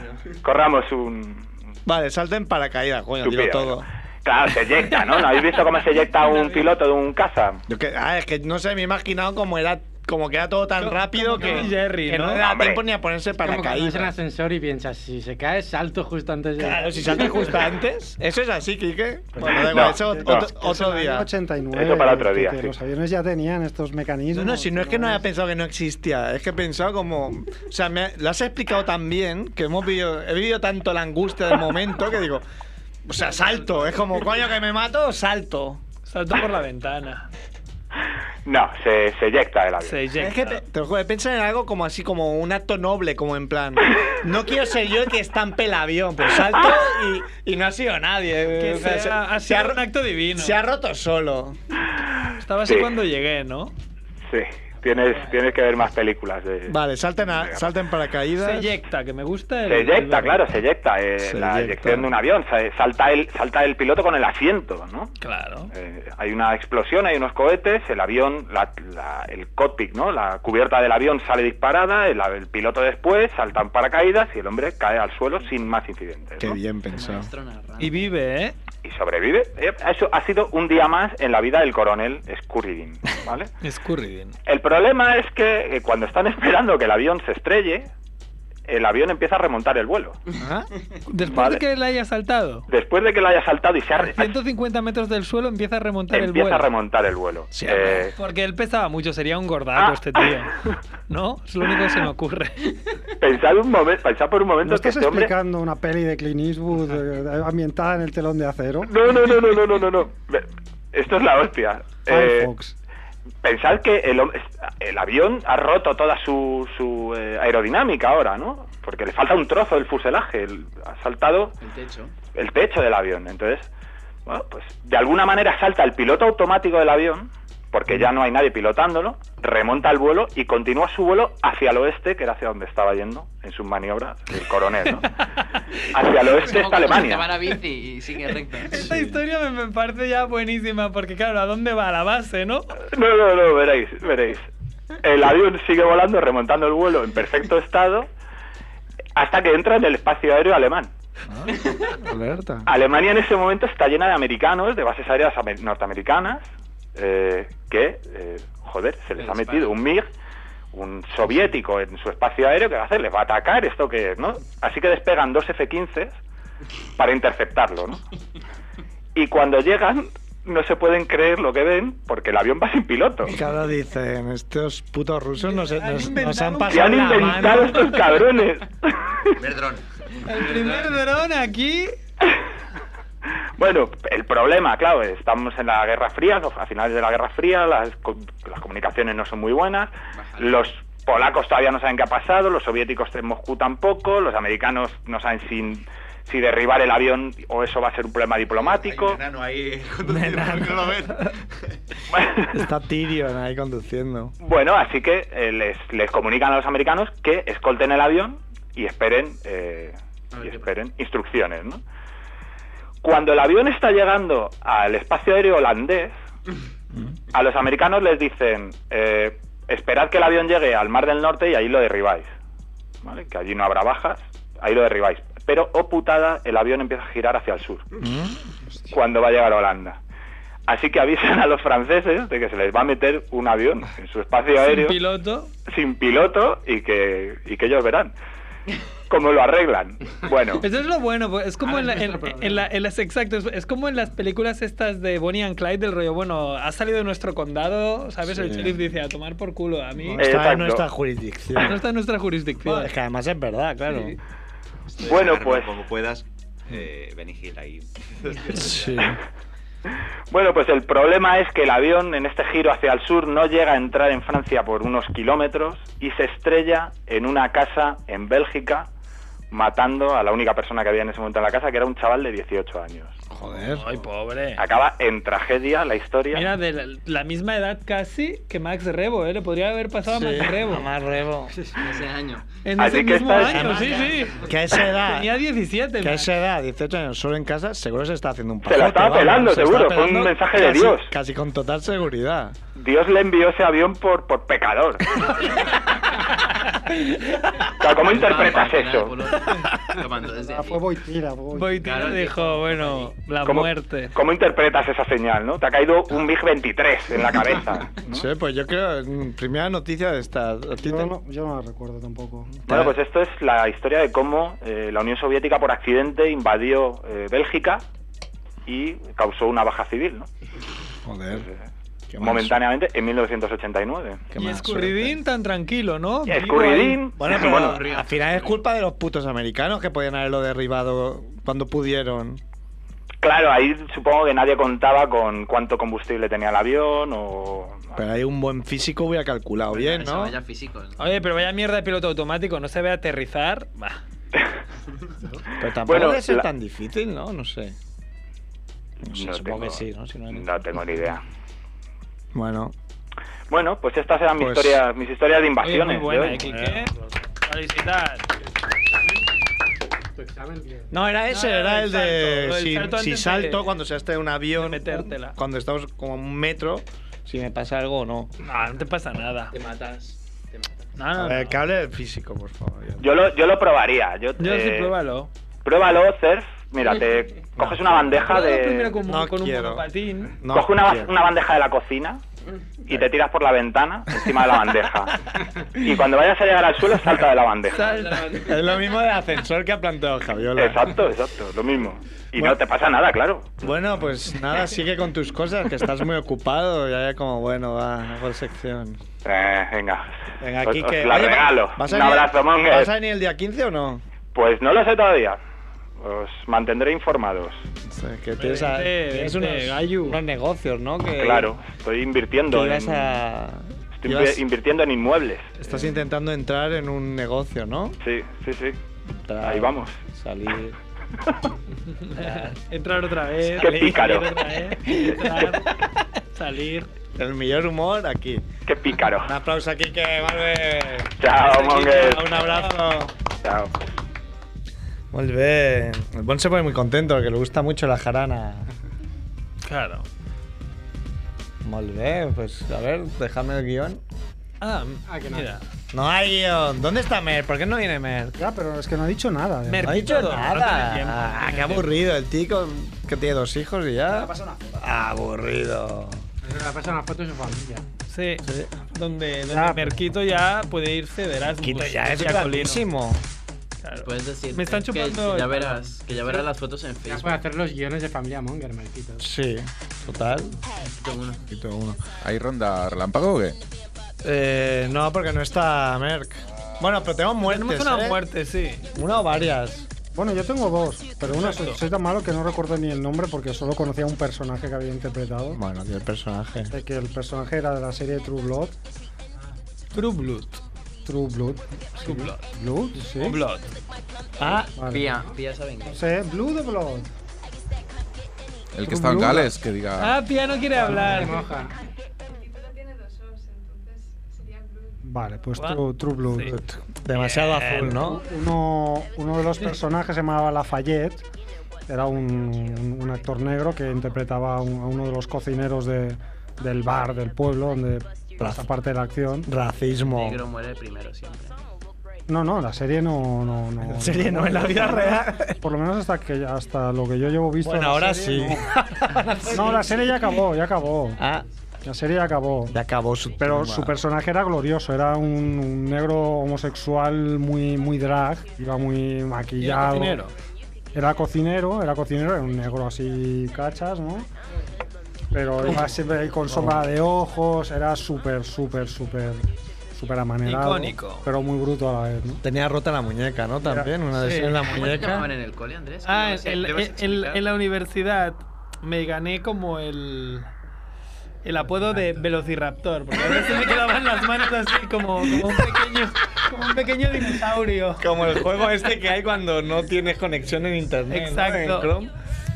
M: corramos un...
D: Vale, salta en paracaídas, coño, digo
M: Estúpido,
D: todo.
M: Claro, se eyecta, ¿no? ¿No habéis visto cómo se eyecta un piloto de un caza?
D: Yo que, ah, es que no sé, me he imaginado como era, como que era todo tan rápido que, que no le da tiempo ni a ponerse
N: Como cuando
D: paracaídas.
N: vas en ascensor y piensas, si se cae, salto justo antes de.
D: Claro, si saltas justo antes. Eso es así, Quique. Bueno, da
N: No,
D: igual, eso
N: no.
D: otro,
N: Eso
D: otro
N: en el
D: día.
N: año
I: 89, que- que Los aviones ya tenían estos
D: No,
I: mecanismos.
D: no, si no es que no haya pensado que no existía, es que he pensado como. O sea, me ha- lo has explicado tan bien que hemos vivido, he vivido tanto la angustia del momento que digo. O sea, salto, es como, coño, que me mato, salto.
C: Salto por la ventana.
M: No, se, se eyecta del avión.
D: Es que te, te lo juro, he pensado en algo como así, como un acto noble, como en plan. No quiero ser yo el que estampe el avión, pues salto [LAUGHS] y, y no ha sido nadie.
C: Que
D: O sea, se-
C: sea, ha
D: se
C: sido
D: ha
C: un acto divino.
D: Se ha roto solo.
C: Estaba así
M: Sí.
C: cuando llegué, ¿no?
M: Sí,
C: Ah.
M: tienes, tienes que ver más películas. De...
D: Vale, salten, a, salten paracaídas.
C: Se eyecta, que me gusta el...
M: Se eyecta,
C: el-
M: claro, se eyecta. eh,
D: Se
M: la
D: eyecta.
M: eyección de un avión. sa- Salta el, salta el piloto con el asiento, ¿no?
C: Claro.
M: Eh, hay una explosión, hay unos cohetes, el avión, la- la- el cockpit, ¿no? La cubierta del avión sale disparada, el, el piloto después saltan paracaídas y el hombre cae al suelo sin más incidentes.
D: Qué bien pensado.
C: Y vive, ¿eh?
M: Y sobrevive. Eh, Eso ha sido un día más en la vida del coronel Scurridin, ¿vale?
C: Scurridin.
M: El problema es que eh, cuando están [LAUGHS] esperando que el avión se estrelle, el avión empieza a remontar el vuelo.
C: Después
M: ¿Ah? Vale.
C: de que la haya saltado,
M: Después de que lo haya saltado y se ha re-
C: 150 metros del suelo empieza a remontar el
M: empieza
C: vuelo.
M: a remontar el vuelo. Eh,
C: Porque él pesaba mucho, sería un gordaco este tío. ¿No? Es lo único que se me ocurre.
M: pensad, un momen- pensad por un momento
I: ¿No
M: que
I: estás
M: este hombre...
I: explicando una peli de Clint Eastwood eh, ambientada en el telón de acero?
M: No, no, no, no, no, no, no, no. Ve- Esto es la
C: [LAUGHS]
M: hostia. Eh, pensad que el, hom- el avión ha roto toda su, su, eh, aerodinámica ahora, ¿no? Porque le falta un trozo del fuselaje. el- ha saltado
F: El techo.
M: el techo del avión. Entonces, bueno, pues de alguna manera salta el piloto automático del avión, porque ya no hay nadie pilotándolo, remonta el vuelo y continúa su vuelo hacia el oeste, que era hacia donde estaba yendo en sus maniobras el coronel, ¿no? hacia el oeste está
F: Se van
M: Alemania.
F: a bici y sigue recto.
C: Esta historia me, me parece ya buenísima, porque claro, ¿a dónde va? A la base, ¿no?
M: No, no, no, veréis, veréis. El avión sigue volando, remontando el vuelo en perfecto estado, hasta que entra en el espacio aéreo alemán.
D: Alerta.
M: Alemania en ese momento está llena de americanos, de bases aéreas amer- norteamericanas, eh, que, eh, joder, se les ha metido un MIG, un soviético en su espacio aéreo, ¿qué va a hacer? ¿Les va a atacar esto que es, no? Así que despegan dos F-15 para interceptarlo, ¿no? Y cuando llegan, no se pueden creer lo que ven, porque el avión va sin piloto.
D: Y Cada dicen, estos putos rusos nos, nos- nos han
M: ¿Qué
D: pasado
M: han
D: la mano".
M: inventado estos cabrones?
C: El primer dron aquí.
M: Bueno, el problema, claro, estamos en la Guerra Fría, a finales de la Guerra Fría, las, co- las comunicaciones no son muy buenas, los polacos todavía no saben qué ha pasado, los soviéticos en Moscú tampoco, los americanos no saben si, si derribar el avión o eso va a ser un problema diplomático.
H: Enano ahí conduciendo, que [LAUGHS] no lo ves.
D: [LAUGHS] Está Tyrion ahí conduciendo.
M: Bueno, así que eh, les, les comunican a los americanos que escolten el avión y esperen, eh, y esperen instrucciones. ¿no? Cuando el avión está llegando al espacio aéreo holandés, a los americanos les dicen, eh, esperad que el avión llegue al Mar del Norte y ahí lo derribáis. ¿Vale? Que allí no habrá bajas, ahí lo derribáis. Pero, oh putada, el avión empieza a girar hacia el sur, cuando va a llegar a Holanda. Así que avisan a los franceses de que se les va a meter un avión en su espacio
C: Sin
M: aéreo
C: piloto.
M: sin piloto y que, y que ellos verán cómo lo arreglan. Bueno,
C: [LAUGHS] Eso es lo bueno, pues, es como en, la- en- en la- en las exacto, es, es como en las películas estas de Bonnie and Clyde del rollo, bueno, ha salido de nuestro condado, ¿sabes? El
D: Sí.
C: sheriff dice, a tomar por culo a mí.
D: Está en nuestra jurisdicción.
C: No está en nuestra jurisdicción.
D: Bueno, es que además es verdad, claro.
C: Sí.
H: Esto de
M: Bueno,
H: sacarme
M: pues-
H: Como puedas, eh, Benny Hill ahí.
D: Sí.
M: Bueno, pues el problema es que el avión en este giro hacia el sur no llega a entrar en Francia por unos kilómetros y se estrella en una casa en Bélgica, matando a la única persona que había en ese momento en la casa, que era un chaval de 18 años.
C: Joder. Ay, pobre.
M: Acaba en tragedia la historia.
C: Mira, de la, la misma edad casi que Max Rebo, ¿eh? Le podría haber pasado a Max Rebo.
B: Más rebo.
F: Ese año.
C: En
B: Así
C: ese
B: que
C: mismo
B: estás-
C: año, sí, sí.
B: Que a esa edad.
C: Tenía 17.
B: Que a
C: Max.
B: esa edad, 18 años, solo en casa, seguro se está haciendo un
M: Se
B: pajote.
M: la estaba
B: vamos,
M: pelando,
B: se está
M: seguro, fue un
B: pelando
M: mensaje de
B: casi-
M: Dios.
B: Casi con total seguridad.
M: Dios le envió ese avión por, por pecador. O sea, ¿Cómo interpretas eso?
I: Ah, fue Boitira, fue
C: Boitila dijo, bueno, la
M: ¿Cómo-
C: muerte.
M: ¿Cómo interpretas esa señal, no? Te ha caído un MiG-23 en la
C: [LAUGHS]
M: cabeza.
D: Sí, pues yo creo, mm, primera noticia de esta. ¿A ti te-
I: Yo no, yo no la recuerdo tampoco.
M: Bueno, pues esto es la historia de cómo eh, la Unión Soviética por accidente invadió eh, Bélgica y causó una baja civil, ¿no? Eh,
D: Joder. qué mal
M: Momentáneamente en 1989.
C: Y escurridín tan tranquilo, ¿no? Vivo ahí.
D: Bueno,
M: [LAUGHS]
D: pero al final es culpa de los putos americanos que podían haberlo derribado cuando pudieron.
M: Claro, ahí supongo que nadie contaba con cuánto combustible tenía el avión o...
D: Pero hay un buen físico, hubiera calculado
M: Pues
D: bien, ¿no?
F: físicos.
C: Oye, pero vaya mierda de piloto automático, no sabe aterrizar. Bah.
B: Pero tampoco
M: Bueno,
B: debe ser
M: la-
B: tan difícil, ¿no? No sé. No sé,
M: No
B: supongo
M: tengo-
B: que sí, ¿no? Si no, hay-
M: No tengo ni idea.
D: Bueno.
M: Bueno, pues estas eran mis,
D: Pues-
M: historias, mis historias de
C: Oye, muy
M: invasiones.
C: buena,
M: de
C: ¿eh,
M: hoy.
C: Quique? Felicitar.
D: No, era ese,
C: No,
D: era
C: el
D: el
C: salto,
D: de
C: lo del
D: si,
C: salto
D: si
C: antes de-
D: salto cuando se esté en un avión,
C: metértela.
D: cuando estamos como a un metro, si me pasa algo o no.
C: No, no te pasa nada.
F: Te matas.
C: No,
D: A
C: no,
D: ver,
C: no.
D: que hable del físico, por favor. ya.
M: Yo lo, yo lo probaría. Yo,
C: Yo sí,
M: eh,
C: pruébalo.
M: Pruébalo, surf. Mira,
C: [LAUGHS]
M: te coges una bandeja
C: Pruébalo
M: de...
C: primero con,
D: no
C: con un
D: quiero.
C: monopatín.
D: No Eh.
M: Coge una,
D: quiero.
M: una bandeja de la cocina y te tiras por la ventana encima de la
D: [LAUGHS]
M: bandeja. Y cuando vayas a llegar al suelo, salta de la bandeja.
D: Es lo mismo del ascensor que ha planteado Javiola. ¿eh?
M: Exacto, exacto, lo mismo. Y
D: Bueno.
M: no te pasa nada, claro.
D: Bueno, pues nada, sigue con tus cosas, que estás muy ocupado. Ya como, bueno, va, por sección.
M: Eh, venga.
D: Venga,
M: Os-
D: aquí
M: Pues os
D: que.
M: la regalo.
D: ¿Vas a
M: Un
D: venir-
M: abrazo, Monger.
D: ¿Vas a venir el día 15 o no?
M: Pues no lo sé todavía. Os mantendré informados.
D: Sí, que tienes, a-
C: Vente,
D: tienes
C: vente,
D: unos,
C: Gayu.
D: unos negocios, ¿no? Que,
M: Claro, estoy
D: Que
M: invirtiendo.
D: ibas
M: en-
D: a.
M: Estoy
D: ibas-
M: invi- invirtiendo en inmuebles.
D: estás intentando entrar en un negocio, ¿no?
M: Sí, sí, sí.
D: Entrar,
M: Ahí vamos.
D: Salir.
C: [LAUGHS] Entrar otra vez.
M: Qué
C: salir,
M: pícaro.
C: salir otra
D: [LAUGHS]
C: vez, entrar, salir.
D: El mejor humor aquí.
M: Qué pícaro.
D: Un aplauso aquí que Valve.
M: Chao, Monger.
D: Un abrazo.
M: Chao.
D: Muy bien. El Bon se pone muy contento, que le gusta mucho la jarana.
C: Claro.
D: Muy bien, pues a ver, déjame el guión.
C: Ah,
N: Ah, que no.
C: mira.
D: No hay guión. ¿Dónde está Mer? ¿Por qué no viene Mer?
I: Ya, pero es que no ha dicho nada. además.
C: Mer-
D: No ha dicho
C: No, no tiene tiempo, no
D: nada. Ah,
C: tiene
D: qué
C: tiempo.
D: aburrido. El tico que tiene dos hijos y ya.
N: pasa una foto.
D: Aburrido.
N: Le pasa una foto de su familia. Ah.
C: Sí. Donde, donde
I: Ya.
C: Merquito ya puede irse pues, de Erasmus.
D: Quito ya es
C: Chacolino.
D: grandísimo.
C: Claro.
F: Puedes decir
C: Me están chupando
F: que ya
C: el palo.
F: verás, que ya verás las fotos en
N: Ya
F: Facebook.
N: puede hacer los guiones de familia Monger, Marquito.
D: Sí, total.
F: Uno.
D: Quito uno.
O: ¿Hay ronda relámpago o qué?
D: Eh, no, porque no está Merck. Bueno, pero tenemos muertes.
C: Tenemos una
D: ¿eh?
C: muerte, sí.
D: Una o varias.
I: Bueno, yo tengo dos, pero una soy, soy tan malo que no recuerdo ni el nombre porque solo conocía un personaje que había interpretado.
D: Bueno, del
O: eh.
D: personaje.
I: De que el personaje era de la serie True Blood.
C: True Blood.
I: True Blood.
C: True Blood.
I: Blood, sí.
C: O Blood.
D: Ah,
I: Vale.
F: Pía, pía esa venganza.
I: No sé, Blood o Blood.
O: El que está en Gales, que diga.
C: Ah, Pia no quiere
N: Se
C: hablar.
N: moja.
P: Aquí todo tiene dos os, entonces sería Blue.
I: Vale, pues
C: Buah.
I: True, True Blood.
C: Sí.
D: demasiado azul, ¿no?
I: Uno, uno de los personajes se llamaba Lafayette. Era un, un actor negro que interpretaba a, un- a uno de los cocineros de- del bar del pueblo donde pasa parte de la acción.
D: Racismo.
F: Negro muere primero siempre.
I: No, no, la serie no. no, no
D: En serio, no, en la vida real.
I: Por lo menos hasta, que, hasta lo que yo llevo visto.
D: Bueno,
I: de la
D: ahora
I: serie,
D: sí.
I: No. No, la serie ya acabó, ya acabó.
D: Ah,
I: La serie ya acabó.
D: ya acabó su.
I: Pero
D: tumba.
I: su personaje era glorioso, era un, un negro homosexual muy, muy drag, iba muy maquillado.
C: cocinero.
I: Era cocinero, era cocinero, era un negro así cachas, ¿no? Pero iba siempre ahí con sombra de ojos, era súper, súper, súper, súper amanerado.
C: Icónico.
I: Pero muy bruto a la vez, ¿no?
D: Tenía rota la muñeca, ¿no? También, una
C: Sí.
D: lesión en la
F: ¿Cómo te llamaban
D: muñeca.
F: en el cole, Andrés?
C: Ah,
F: No sé,
C: en,
F: debes
C: en- en-
F: explicar.
C: en la universidad me gané como el. El apodo de Velociraptor, porque a veces me quedaban las manos así como, como un pequeño, como un pequeño dinosaurio.
D: Como el juego este que hay cuando no tienes conexión en internet. ¿no? En
C: Exacto.
D: Chrome.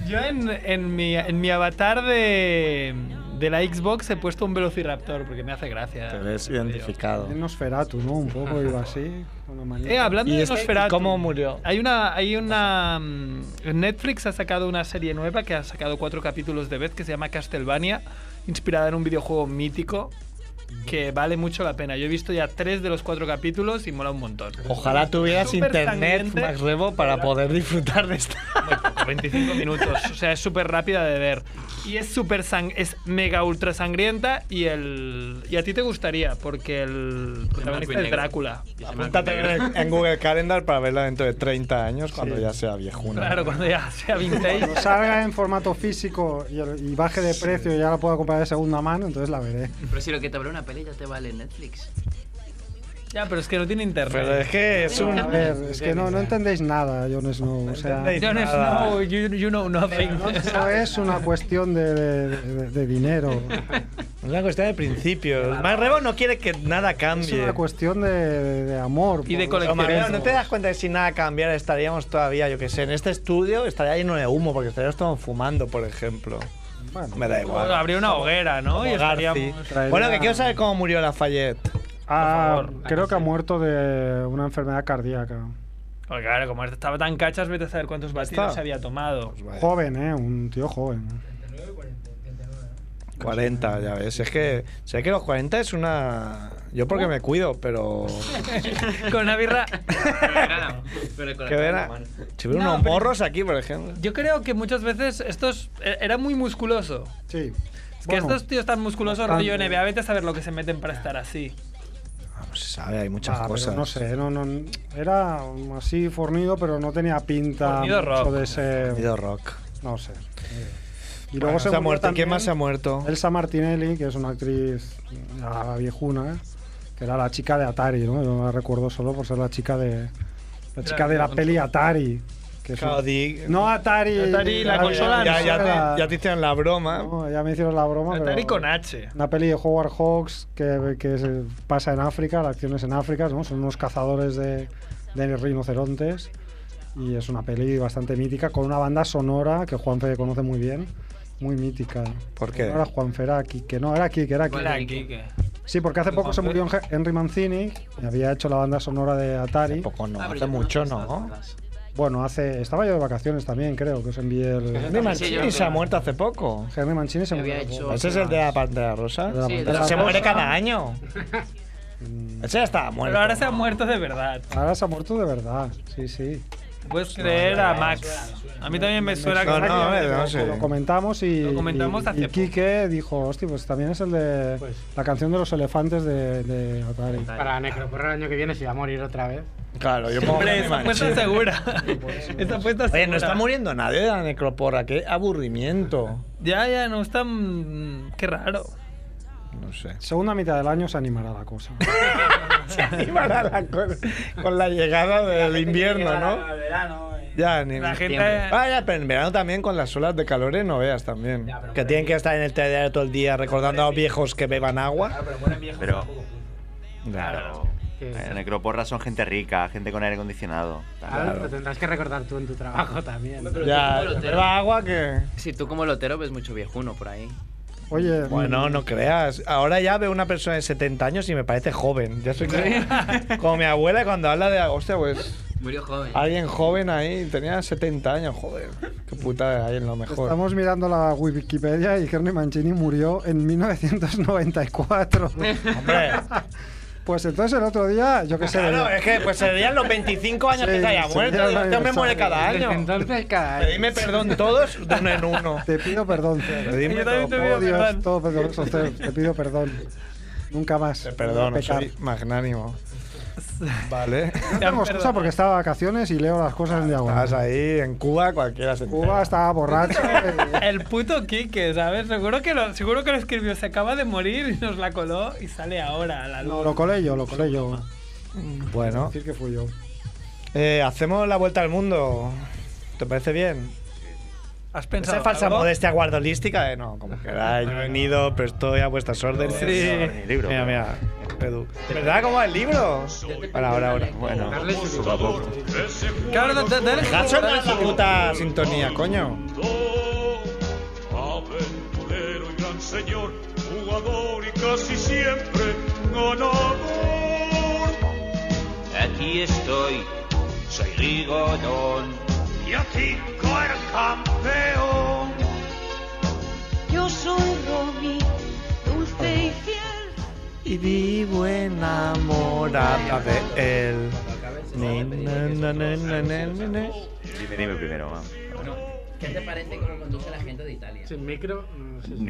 C: Yo en, en mi, en mi avatar de, de la Xbox he puesto un Velociraptor porque me hace gracia.
B: Te ves identificado.
I: En Nosferatu, ¿no? Un poco iba así. con la manita.
C: Eh, hablando de Nosferatu.
B: este? ¿Cómo murió?
C: Hay una. Hay una mm, Netflix ha sacado una serie nueva que ha sacado cuatro capítulos de vez que se llama Castlevania, inspirada en un videojuego mítico que vale mucho la pena. Yo he visto ya tres de los cuatro capítulos y mola un montón.
B: Ojalá tuvieras
C: Súper
B: internet,
C: sangriente.
B: Max Rebo, para poder disfrutar de esta.
C: Por 25 minutos. O sea, es súper rápida de ver. Y es súper sang- es mega ultra sangrienta y el. Y a ti te gustaría, porque el protagonista es
D: negro.
C: Drácula.
D: [LAUGHS] Apúntate en, en Google Calendar para verla dentro de 30 años cuando ya sea viejuna.
C: Claro, cuando ya [LAUGHS] sea vintage.
I: Cuando salga en formato físico y, el- y baje de precio y ya la pueda comprar de segunda mano, entonces la veré.
F: Pero si lo que te vale una peli ya te vale Netflix.
C: Ya, pero es que no tiene internet.
D: Pero es que es un.
I: A ver, es que no, no entendéis nada, Jon Snow. O sea,
C: Jon Snow, you, you know nothing.
I: no es una cuestión de, de- de- de dinero.
D: Es una cuestión de principios. Max Rebo no quiere que nada
I: Es
D: cambie.
I: una cuestión de, de- de amor. por los
D: Omar,
I: amigos.
D: pero ¿No te das cuenta que si nada cambiara estaríamos todavía, yo que sé, en este estudio estaría lleno de humo porque estaríamos todos fumando, por ejemplo? Me da igual.
C: Habría una hoguera, ¿no?
D: Como
C: Y
D: Garci.
C: estaríamos-
D: Bueno, que quiero saber cómo murió Lafayette.
I: Ah, creo que ha muerto de una enfermedad cardíaca.
C: Porque, Pues claro, como estaba tan cachas, vete a saber cuántos batidos se había tomado.
D: Pues
I: Joven, ¿eh? Un tío joven.
D: 40, ya ves. Es que sé que los 40 es una. Yo porque me cuido, pero.
C: Con una birra.
D: que verá. Si hubiera
C: No,
D: unos
C: pero-
D: morros aquí, por ejemplo.
C: Yo creo que muchas veces estos e- era muy musculoso.
I: Sí.
C: Es que
D: Bueno,
C: estos tíos tan musculosos,
D: bastante.
C: rollo NBA, vete a saber lo que se meten para estar así.
D: No se sabe, hay muchas
I: Ah, pero
D: cosas.
I: no sé, no, no, era así fornido, pero no tenía pinta
D: Fornido
I: mucho
D: rock.
I: de ser.
D: Fornido rock.
I: No sé. Y
D: Bueno, se ha
I: murió
D: muerto. ¿Quién más se ha muerto?
I: Elsa Martinelli, que es una actriz ah, viejuna, que era la chica de Atari, ¿no? Yo la recuerdo solo por ser la chica de. La chica de la peli Atari. que es
D: Claro,
I: un-
D: di-
I: No Atari.
D: Atari, la consola, ya- ya te- ya te hicieron la broma.
I: No, ya me hicieron la broma.
C: Atari
I: pero-
C: con H.
I: una peli de Howard Hawks que, que se pasa en África, la acción es en África, ¿no? Son unos cazadores de, de rinocerontes y es una peli bastante mítica con una banda sonora que Juanfe conoce muy bien, muy mítica.
D: ¿Por qué?
I: No era Juanfe, era Quique, no, era Quique, era Quique. Sí, porque hace poco se murió Enge- Henry Mancini y había hecho la banda sonora de Atari. Hace poco
B: Ah, no, hace mucho no.
I: Bueno, hace estaba yo de vacaciones también, creo, que os envié el...
D: Henry Mancini se ha muerto hace poco.
I: Henry Mancini se murió.
D: Ese es el de la pantalla rosa.
I: El de la Sí, el de
D: Pero
I: la
D: se
I: rosa.
D: muere cada año. Ese ya estaba muerto.
C: Pero ahora se ha muerto de verdad.
I: Ahora se ha muerto de verdad, sí, sí.
C: Puedes creer a Max. A mí también me suena que
I: Lo comentamos y,
C: comentamos
I: y-
C: hace
I: y Quique dijo, hostia, pues también es el de la canción de los elefantes de, de Atari.
N: Para Necroporra el año que viene se va a morir otra vez.
D: Claro, yo pongo
C: Hombre,
D: Henry
C: esa apuesta
D: Mancini.
C: segura. esa apuesta segura.
D: Oye, no está muriendo nadie de la necropora. Qué aburrimiento.
C: Ya, ya, no está. mm, Qué raro.
D: No sé.
I: Segunda mitad del año se animará la cosa.
D: Se animará la cosa [LAUGHS] con la llegada del invierno, ¿no? eh. Ya, ni
C: La gente-
D: Ah, ya, pero en verano también con las olas de calores no veas también. que tienen que estar en el telediario todo el día recordando a los viejos que beban agua.
H: Pero.
D: Claro.
H: Eh, necroporras son gente rica, gente con aire acondicionado.
N: Ahora Lo tendrás que recordar tú en tu trabajo también.
D: beba agua que.
F: Si tú como lotero ves mucho viejuno por ahí.
I: Oye. mm.
D: Bueno, no creas. Ahora ya veo una persona de 70 años y me parece joven. Ya
N: [LAUGHS]
D: soy como, como mi abuela cuando habla de. Hostia, pues.
F: Murió joven.
D: Alguien joven ahí, tenía 70 años, joder. Qué puta, ahí es lo mejor.
I: Estamos mirando la Wikipedia y Henry Mancini murió en
D: [LAUGHS]
I: 1994.
D: Hombre.
I: pues entonces el otro día, yo qué sé.
D: Claro, es que pues serían los 25 años que
I: Sí,
D: se haya
I: sería
D: muerto.
I: el
D: Digo, Este hombre muere cada
I: aniversario.
D: año.
N: Entonces cada año.
D: Pedime perdón
I: [LAUGHS]
D: todos de uno en uno.
I: Te pido perdón.
D: Pedime Yo también todo, te pido
I: Oh, Dios,
D: perdón.
I: todo poderoso Zeus, Te pido perdón. Nunca más. Te
D: Perdón, soy magnánimo. [LAUGHS]
I: [LAUGHS]
D: Vale.
I: No tengo excusa porque estaba de vacaciones y leo las cosas en diagonal.
D: Estás ahí en Cuba, cualquiera se entera.
I: Cuba estaba
D: [LAUGHS]
I: borracho.
C: El puto Quique, ¿sabes? Seguro que, lo, seguro que lo escribió, se acaba de morir y nos la coló y sale ahora a la luz.
I: No, lo colé yo, lo colé yo.
D: Bueno,
I: decir que fui yo.
D: eh, hacemos la vuelta al mundo. ¿Te parece bien?
C: ¿Has
D: pensado
B: pensado
D: Esa falsa
B: algo?
D: modestia guardolística de eh, no, como queráis, yo he venido, pero estoy a vuestras órdenes.
B: Sí.
D: El libro, mira, mira, Edu. ¿Verdad cómo va el libro? Ahora, ahora, ahora. Bueno, poco a poco.
C: Claro, da- da- dale su-
D: Dejad sonar
C: dale su-
D: la puta sintonía, coño.
Q: Aventurero y gran señor, jugador y casi siempre ganador. Aquí estoy, soy Rigodón. Y aquí el campeón.
J: Yo soy Romy, dulce y fiel.
D: Y vivo enamorada de él. Ni, na, na, na, na, na, na, na.
H: Dime, dime primero, va.
F: ¿Qué te parece cómo conduce la gente de Italia? Sin micro.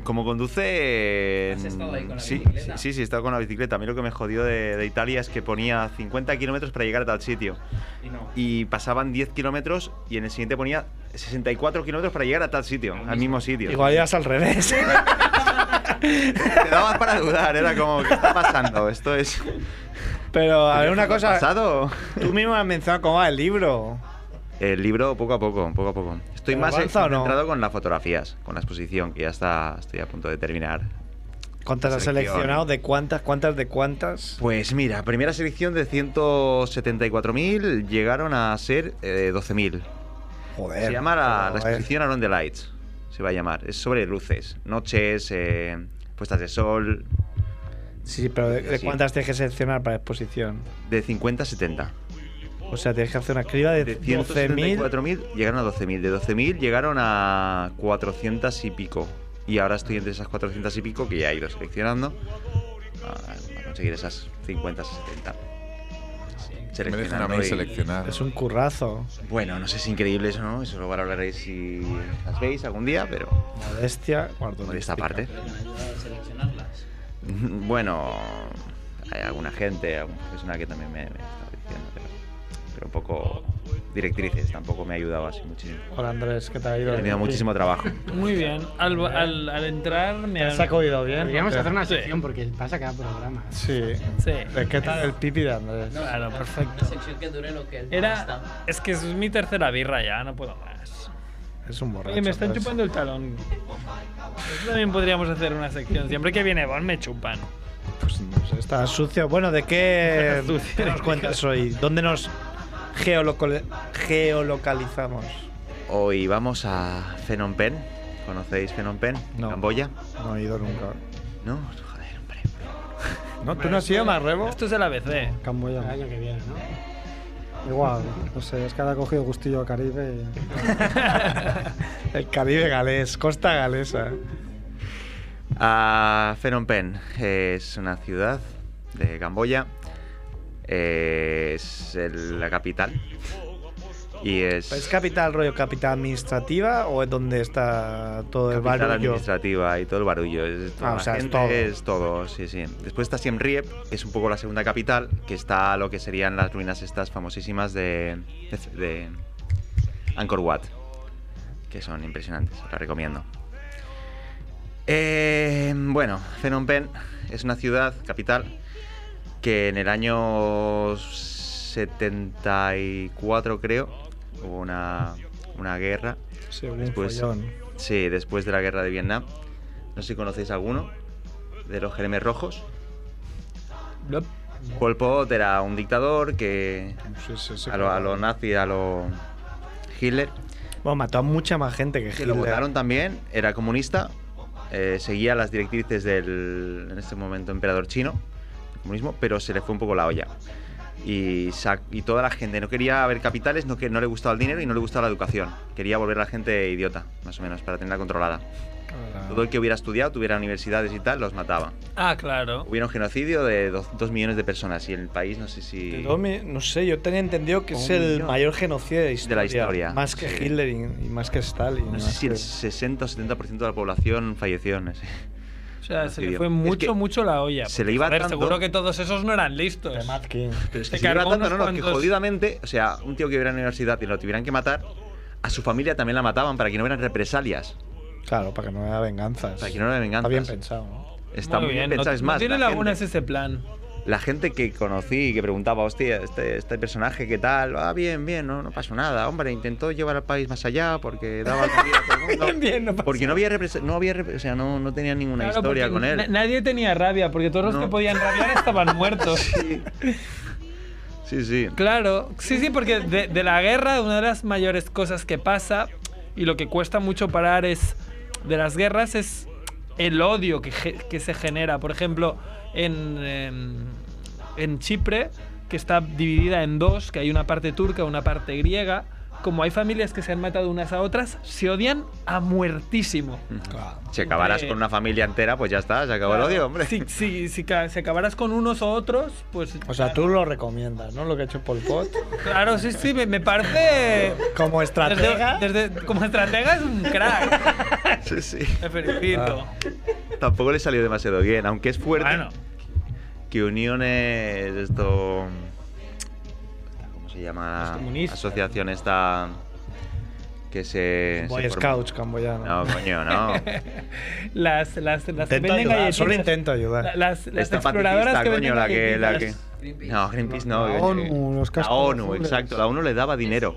H: Como conduce.
F: ¿Has estado ahí con la
H: sí,
F: bicicleta?
H: sí, sí, he estado con la bicicleta. A mí lo que me jodió de, de Italia es que ponía 50 kilómetros para llegar a tal sitio.
F: Y no.
H: Y pasaban 10 kilómetros y en el siguiente ponía 64 kilómetros para llegar a tal sitio, al mismo sitio.
D: Igual ya es al revés. [LAUGHS]
H: [LAUGHS] Te dabas para dudar, era como, ¿qué está pasando? Esto es.
D: Pero a ver una
H: ¿Qué ha
D: cosa.
H: pasado?
D: Tú mismo has mencionado cómo va el libro.
H: El libro poco a poco, poco a poco. Estoy
D: ¿Pero
H: más
D: avanza o no?
H: concentrado con las fotografías, con la exposición, que ya está, estoy a punto de terminar.
D: ¿Cuántas has
H: Selección.
D: seleccionado? ¿De cuántas? ¿Cuántas de cuántas?
H: Pues mira, primera selección de 174.000 llegaron a ser eh, 12.000.
D: Joder.
H: Se llama la, la
D: joder.
H: exposición Around the Lights, se va a llamar. Es sobre luces, noches, eh, puestas de sol,
D: Sí, pero ¿de, de
H: Sí.
D: cuántas tienes que seleccionar para exposición?
H: de 50 a 70.
D: O sea, tienes que hacer una criba de,
H: De
D: 12.000.
H: 174.000 llegaron a 12.000. De 12.000 llegaron a 400 y pico. Y ahora estoy entre esas 400 y pico que ya he ido seleccionando a, a conseguir esas 50, 60.
O: Me dejan a
H: Seleccionando
O: mí
H: y-
O: seleccionar.
D: Es un currazo.
H: Bueno, no sé si increíble eso, ¿no? Eso lo valoraréis si las veis algún día, pero
D: Modestia. guardo
H: de esta parte. [LAUGHS]
F: a seleccionarlas.
H: Bueno, hay alguna gente, algún profesional que también me, me está diciendo, pero, pero un poco directrices, tampoco me ha ayudado así muchísimo.
D: Hola Andrés, ¿qué te ha
H: He
D: ido?
H: tenido muchísimo trabajo.
C: Muy bien. Al, al, al entrar me
D: ¿Te has sacudido bien?
N: Deberíamos
D: ¿O qué?
N: hacer una sección porque pasa cada programa.
D: Sí.
C: Sí.
D: ¿De ¿Qué tal el pipi de Andrés?
C: Claro, perfecto.
F: Una sección que dure lo que el
C: Era. Es que es mi tercera birra ya, no puedo más.
D: Es un borracho.
C: Oye, me están
D: Andrés.
C: chupando el talón. Eso también podríamos hacer una sección. Siempre que viene Bon me chupan.
D: Pues no sé, está sucio. Bueno, ¿de qué
C: Está sucio.
D: qué nos cuentas hoy? ¿Dónde nos geoloco- geolocalizamos?
H: Hoy vamos a Phnom Penh. ¿Conocéis Phnom Penh?
D: No.
H: Camboya.
D: No he ido nunca.
H: No,
D: No, ¿Tú no has ido, Marrebo?
C: Esto es el ABC.
N: El
D: Camboya.
N: año que viene, ¿no?
I: Igual, no sé, es que ahora ha cogido gustillo a Caribe. y-
D: [LAUGHS] El Caribe galés, costa galesa.
H: A Phnom Penh es una ciudad de Camboya. eh, Es el- la capital. Y es,
D: Pues ¿Es capital rollo capital administrativa o es donde está todo el
H: capital
D: barullo?
H: administrativa y todo el barullo. Es, toda
D: Ah, o
H: la
D: sea, es
H: gente,
D: todo.
H: es todo, sí, sí. Después está Siem Reap, que es un poco la segunda capital, que está lo que serían las ruinas estas famosísimas de, de, de Angkor Wat, que son impresionantes, os las recomiendo. Eh, bueno, Phnom Penh es una ciudad, capital, que en el año 74 creo hubo una, una guerra.
D: Sí, hubo un
H: Después-
D: follón.
H: sí, después de la guerra de Vietnam. No sé si conocéis alguno de los Jeremes Rojos. Pol Pot era un dictador que
D: Sí, sí, sí,
H: a los
D: claro.
H: lo nazis, a los Hitler,
D: Bueno, mató a mucha más gente que
H: que
D: Hitler.
H: lo votaron también, era comunista, eh, seguía las directrices del, en este momento, emperador chino, el comunismo, pero se le fue un poco la olla. Y, sa- y toda la gente no quería ver capitales, no, que, no le gustaba el dinero y no le gustaba la educación. Quería volver a la gente idiota, más o menos, para tenerla controlada. Todo el que hubiera estudiado, tuviera universidades y tal, los mataba.
C: Ah, claro.
H: Hubieron genocidio de dos, dos millones de personas y el país, no sé si...
D: De todo mi- No sé, yo tenía entendido que es
H: Un
D: el
H: millón.
D: mayor genocidio de,
H: De la historia,
D: Más que
H: sí.
D: Hitler y, y más que Stalin.
H: No sé
D: más
H: si
D: que-
H: el 60 o 70% de la población falleció en ese.
C: O sea, se le
H: genocidio.
C: fue
H: Es
C: mucho,
H: que
C: mucho la olla.
H: se le
C: porque,
H: iba
C: joder,
H: tanto-
C: seguro que todos esos no eran listos.
H: Pero es
C: Te
H: que se lleva
C: cargó
H: tanto,
C: unos
H: no, no, que
C: cuantos-
H: jodidamente, o sea, un tío que hubiera en la universidad y lo tuvieran que matar, a su familia también la mataban para que no hubieran represalias,
D: Claro, para que no haya venganzas.
H: para que no hubiera venganzas.
D: Está bien pensado. ¿no?
H: Está muy bien,
C: no-
H: pensado, es más.
C: No tiene
H: la
C: lagunas
H: gente-
C: ese plan.
H: la gente que conocí y que preguntaba, hostia, este, este personaje, ¿qué tal? Ah, bien, bien, no, no pasó nada. Hombre, intentó llevar al país más allá porque daba comida a todo el
C: [LAUGHS]
H: mundo. Porque no había, represa- no había repre- o sea, no, no tenía ninguna
C: Claro,
H: historia
C: porque
H: con él.
C: na- Nadie tenía rabia, porque todos los que podían
H: [LAUGHS]
C: rabiar estaban muertos.
H: Sí, sí.
C: Claro, sí, sí, porque de, de la guerra una de las mayores cosas que pasa y lo que cuesta mucho parar es de las guerras es el odio que, ge- que se genera. Por ejemplo, en, em, en Chipre, que está dividida en dos, que hay una parte turca, una parte griega, como hay familias que se han matado unas a otras, se odian a muertísimo.
H: Si acabaras
C: Eh,
H: con una familia entera, pues ya está, se acabó
C: Claro,
H: el odio, hombre.
C: Si, si, si ca- si acabaras con unos o otros, pues
B: O sea, tú lo recomiendas, ¿no? Lo que ha hecho Pol Pot.
C: Claro, sí, sí, me, me parece.
B: Como estratega.
C: Desde- desde- como estratega es un [LAUGHS] crack.
H: Sí, sí.
C: [LAUGHS] Te felicito.
H: Ah, Tampoco le salió demasiado bien, aunque es fuerte.
C: Bueno.
H: Que uniones esto. ¿Cómo se llama?
B: Los comunistas.
H: Asociación esta. Que se.
B: Boy
H: se formó.
B: Scouts camboyanos.
H: No,
B: [LAUGHS]
H: coño, no.
C: Las, las, las que
B: Intento
C: venden
B: ayudar,
C: galletitas.
B: solo intento ayudar.
C: La- Las, las
H: Esta
C: exploradoras
H: pacifista,
C: que
H: Este coño,
C: venden
H: la que, la que.
C: galletitas.
H: No, Greenpeace no.
B: La
H: eh,
B: ONU, los
H: La
B: cascos
H: ONU,
B: azules.
H: exacto. La ONU le daba dinero.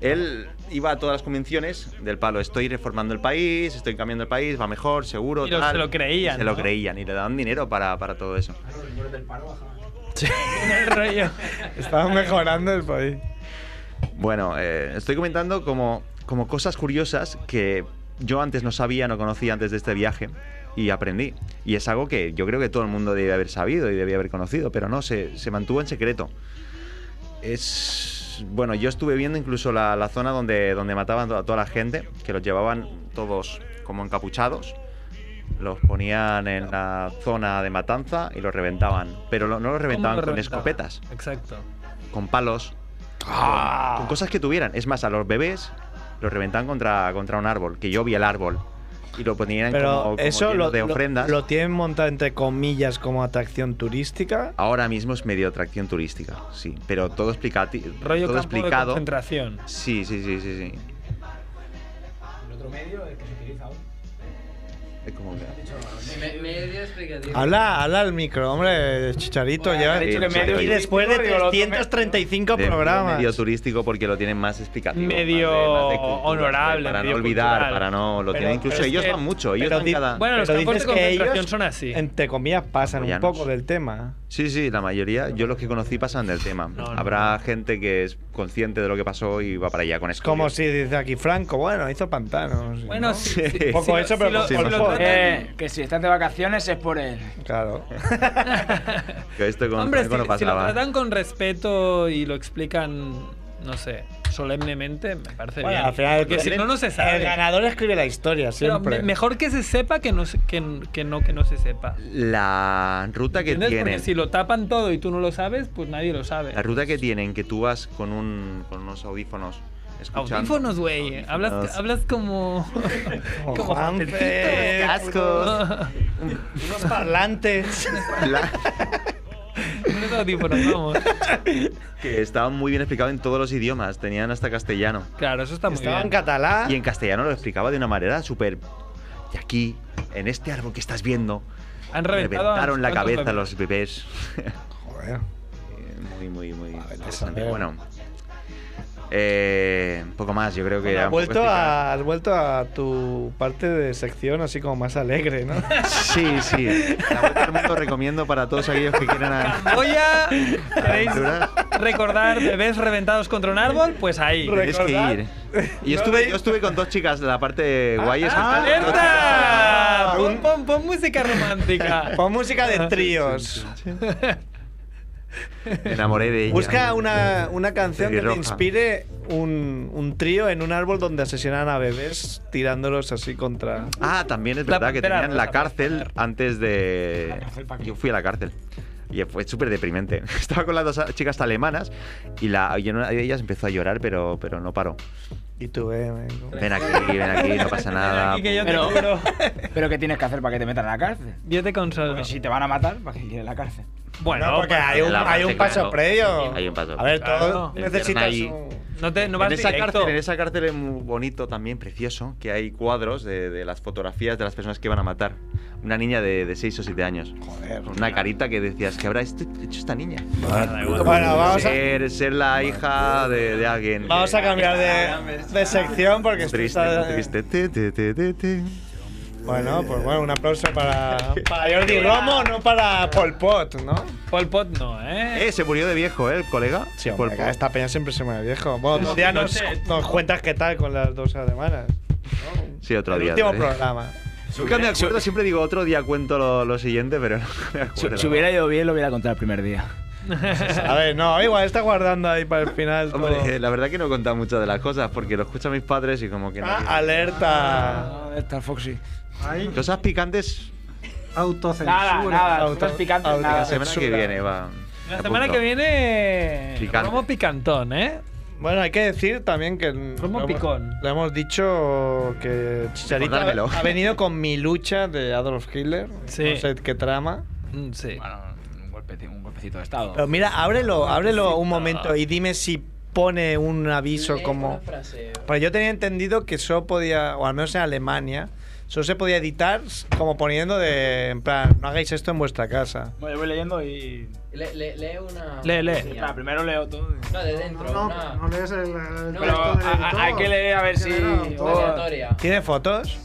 H: Él iba a todas las convenciones del palo. Estoy reformando el país, estoy cambiando el país, va mejor, seguro.
C: Y lo-
H: tal.
C: se lo creían,
H: Y Se lo
C: ¿no?
H: creían y le daban dinero para, para todo eso.
C: [LAUGHS] El rollo.
B: Estaba mejorando el país.
H: Bueno, eh, estoy comentando como, como cosas curiosas que yo antes no sabía, no conocía antes de este viaje y aprendí. Y es algo que yo creo que todo el mundo debe haber sabido y debía haber conocido, pero no, se, se mantuvo en secreto. Es. Bueno, yo estuve viendo incluso la, la zona donde, donde mataban a toda la gente, que los llevaban todos como encapuchados, los ponían en la zona de matanza y los reventaban. Pero lo- no los reventaban
C: ¿Cómo lo
H: con
C: reventaban?
H: escopetas,
C: Exacto.
H: con palos,
C: ¡Ah!
H: con cosas que tuvieran. Es más, a los bebés los reventaban contra, contra un árbol, que yo vi el árbol. Y lo ponían
B: Pero
H: como, como
B: eso
H: lleno
B: lo,
H: de
B: lo-
H: ofrendas.
B: lo tienen montado entre comillas como atracción turística.
H: Ahora mismo es medio atracción turística, sí. Pero todo, explicati-
C: Rollo
H: todo
C: campo de
H: explicado.
C: concentración.
H: Sí, sí, sí, sí, sí.
F: El otro medio es que se utiliza aún.
H: Es como que-
F: Medio explicativo.
B: Habla, habla al micro, hombre, chicharito.
F: Bueno,
B: ya.
F: ha dicho que medio
B: y después de 335
H: de
B: programas.
H: Medio turístico porque lo tienen más explicativo. más de-
C: Medio
H: más de cultura,
C: honorable,
H: Para no
C: medio
H: olvidar,
C: cultural.
H: para no. Lo
C: Pero-
H: tienen incluso
C: pero es
H: ellos
C: que-
H: van mucho. Ellos
B: pero
H: van
B: di-
H: cada.
C: Bueno, los
B: Pero
C: campos de
B: dices que ellos-
C: concentración son así.
B: Entre comillas, pasan un
H: Camboyanos.
B: poco del tema.
H: Sí, sí, la mayoría, yo los que conocí pasan del tema. Habrá gente que es consciente de lo que pasó y va para allá con esto.
B: Como si dice aquí Franco, bueno, hizo pantanos.
H: Bueno,
B: ¿no?
H: sí, sí,
B: Un poco
H: sí,
B: eso,
H: sí,
B: pero
H: lo-
B: por-
H: sí,
B: por-
H: lo
B: por-
L: Eh, que si estás de vacaciones es por él.
B: Claro.
H: esto con
C: Hombre, si,
H: Franco no
C: si lo
H: pasaba.
C: tratan con respeto y lo explican, no sé, solemnemente, me parece
B: Bueno,
C: bien.
B: al final,
C: Porque si no, no se
B: El
C: sabe.
B: ganador escribe la historia
C: Pero
B: siempre.
C: me- mejor que se sepa que no, se- que, que no, que no se sepa.
H: la ruta que
C: ¿Entiendes? Porque
H: tienen,
C: si lo tapan todo y tú no lo sabes, pues nadie lo sabe.
H: la ruta que tienen, que tú vas con, un, con unos audífonos escuchando.
C: Audífonos, güey. Hablas, hablas como. como
B: Juanfe, cascos. Unos [LAUGHS] parlantes.
C: Unos audífonos, vamos.
H: Que estaban muy bien explicado en todos los idiomas, tenían hasta castellano.
C: Claro, eso está muy
B: Estaba en
C: bien.
B: catalán.
H: Y en castellano lo explicaba de una manera súper. Y aquí, en este árbol que estás viendo,
C: Han reventado a
H: reventaron la
C: cuántos
H: cabeza
C: bebés.
H: los bebés. Eh,
B: Joder.
H: Muy, muy, muy interesante.
B: saber.
H: Bueno, eh, poco más, yo creo que.
B: Bueno,
H: era
B: has
H: un poco
B: vuelto,
H: explicar.
B: a, has vuelto a tu parte de sección así como más alegre, ¿no?
H: Sí, sí. La vuelta al mundo recomiendo para todos aquellos
B: [LAUGHS]
H: que quieran. a-
C: Voy a. ¿Queréis
H: Aventuras.
C: recordar bebés reventados contra un árbol? Pues ahí.
H: Tenéis que ir. Y yo estuve, yo estuve con dos chicas, la parte
B: Ah,
H: guay es que están-
C: ¡Ah, ¡Alerta! Pon, pon- pon
H: [LAUGHS]
C: música romántica.
B: [LAUGHS] Pon música de tríos. [LAUGHS]
H: Me enamoré de ella.
B: Busca una, una canción que te
H: Pelirroja.
B: inspire un, un trío en un árbol donde asesinan a bebés tirándolos así contra.
H: Ah, también es verdad que
B: pantera
H: tenían la
B: rosa,
H: cárcel antes de.
B: ¿para
H: Yo fui a la cárcel. Y fue súper deprimente. [LAUGHS] Estaba con las dos chicas alemanas y la y en una de ellas empezó a llorar, pero, pero no paró.
B: Y tú, eh,
H: Ven aquí, ven aquí, no pasa nada.
L: pero, [LAUGHS] pero ¿qué tienes que hacer para que te metan a la cárcel?
C: Yo te consuelo.
L: Pues si te van a matar, ¿para qué quieres la cárcel?
C: Bueno,
B: porque hay un,
H: la
B: hay un
H: parte,
B: paso
H: claro.
B: previo.
H: Hay un paso
B: A ver,
H: previo.
B: todo
H: Te encierran
B: necesitas
H: ahí.
B: un-
C: No, te, no vas
H: en, esa
C: directo.
H: cárcel, en esa cárcel es muy bonito también, precioso, que hay cuadros de, de las fotografías de las personas que van a matar. Una niña de, 6 o 7 años. Joder. Una carita que decías, ¿qué habrá este- hecho esta niña?
D: Bueno, vamos a-
H: ser, ser la hija de, de alguien. que-
D: Vamos a cambiar de, de sección porque esto
H: Triste,
D: está-
H: muy triste. Te, te, te, te, te.
D: Bueno, pues bueno, un aplauso para, para Jordi Romo, no para Pol Pot, ¿no?
C: Pol Pot no, ¿eh?
H: Eh, se murió de viejo, ¿eh? El colega.
D: Sí, hombre, acá esta peña siempre se muere viejo. Bueno,
H: No,
D: otro día
H: no
D: nos,
H: sé.
D: nos cuentas qué tal con las dos alemanas.
H: Sí, otro
D: El
H: día.
D: último
H: ¿eh?
D: programa.
H: Nunca me acuerdo, siempre digo otro día cuento lo, lo siguiente, pero no me
L: Si,
H: acuerdo.
L: si hubiera ido bien, lo hubiera contado el primer día.
D: [LAUGHS] A ver, no, igual está guardando ahí para el final. todo.
H: Hombre, eh, la verdad que no he contado muchas de las cosas porque lo escuchan mis padres y como que no.
D: Ah, alerta.
L: Alerta, Foxy.
H: Cosas picantes.
I: Autocensura.
L: Nada, nada, cosas picantes,
H: Ah, La
L: nada.
H: semana que viene va.
C: La
H: Me
C: semana
H: apunto.
C: que viene.
H: Picante.
C: Romo picantón, ¿eh?
D: Bueno, hay que decir también que. Romo
C: picón.
D: Le hemos dicho que Chicharito
C: Recordármelo.
D: ha, ha venido con mi lucha de Adolf Hitler.
C: Sí.
D: No sé qué trama.
C: Sí.
L: Bueno, un, golpecito, un golpecito de estado.
D: Mm, Pero mira, ábrelo, ábrelo un momento y dime si pone un aviso como. Pero yo tenía entendido que solo podía, o al menos en Alemania, solo se podía editar como poniendo de. En plan, no hagáis esto en vuestra casa.
F: Bueno, yo voy leyendo y. Le, le- lee una.
D: Lee, lee.
F: Sí, va, primero leo todo. No, de dentro.
I: No, no lees el, el
F: No,
I: texto del
F: a- a-
I: editor.
F: hay que leer a ver si-
I: Generado.
F: Oh.
D: ¿Tiene fotos?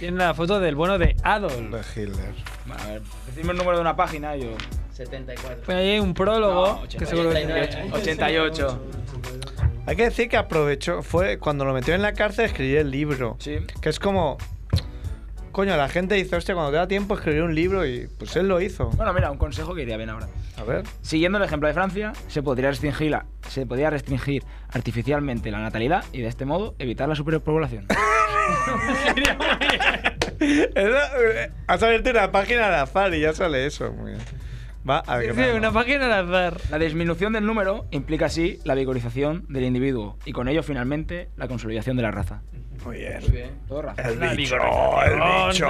C: Tiene la foto del bueno de Adolf.
D: Hitler.
L: Bueno, a ver, decime el número de una página y yo.
F: 74.
C: Pues ahí hay un prólogo
F: No,
C: que seguro que
F: 88. 88.
D: Hay que decir que aprovechó, fue cuando lo metió en la cárcel escribí el libro. Que es como. Coño, la gente dice, hostia, cuando te da tiempo escribir un libro y pues él lo hizo.
L: Bueno, mira, un consejo que iría bien ahora.
D: A ver.
L: Siguiendo el ejemplo de Francia, se podría restringir, la- se podría restringir artificialmente la natalidad y de este modo evitar la superpoblación.
D: [LAUGHS] Eso- Eh, Has abierto una página al azar y ya sale eso. muy bien. Va a ver
C: página al azar.
L: La disminución del número implica así la vigorización del individuo y con ello finalmente la consolidación de la raza.
D: Muy bien.
L: Todo raza.
D: El bicho, el bicho.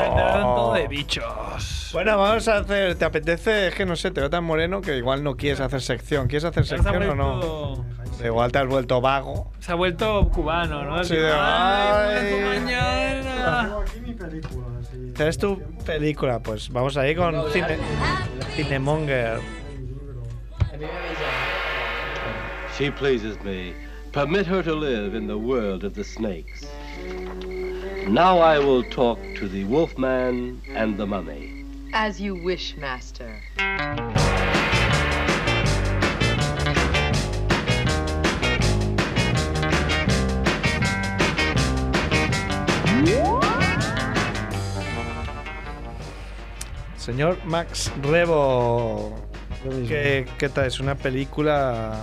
C: bichos.
D: Bueno, vamos a hacer. ¿Te apetece? Es que no sé, te veo tan moreno que igual no quieres hacer sección. ¿Quieres hacer
C: Ahora se ha
D: sección o no?
C: vuelto-
D: Igual te has vuelto vago.
C: Se ha vuelto cubano, ¿no?
D: Sí,
C: Así,
D: de-
C: "Ay,
D: ay".
C: mañana".
D: ¿Sabes tu película? Pues vamos ahí con Cine- Cinemonger.
R: She pleases me. Permit her to live in the world of the snakes. Now I will talk to the wolfman and the mummy.
S: As you wish, master.
D: Señor Max Rebo. ¿Qué, ¿Qué tal? Es una película.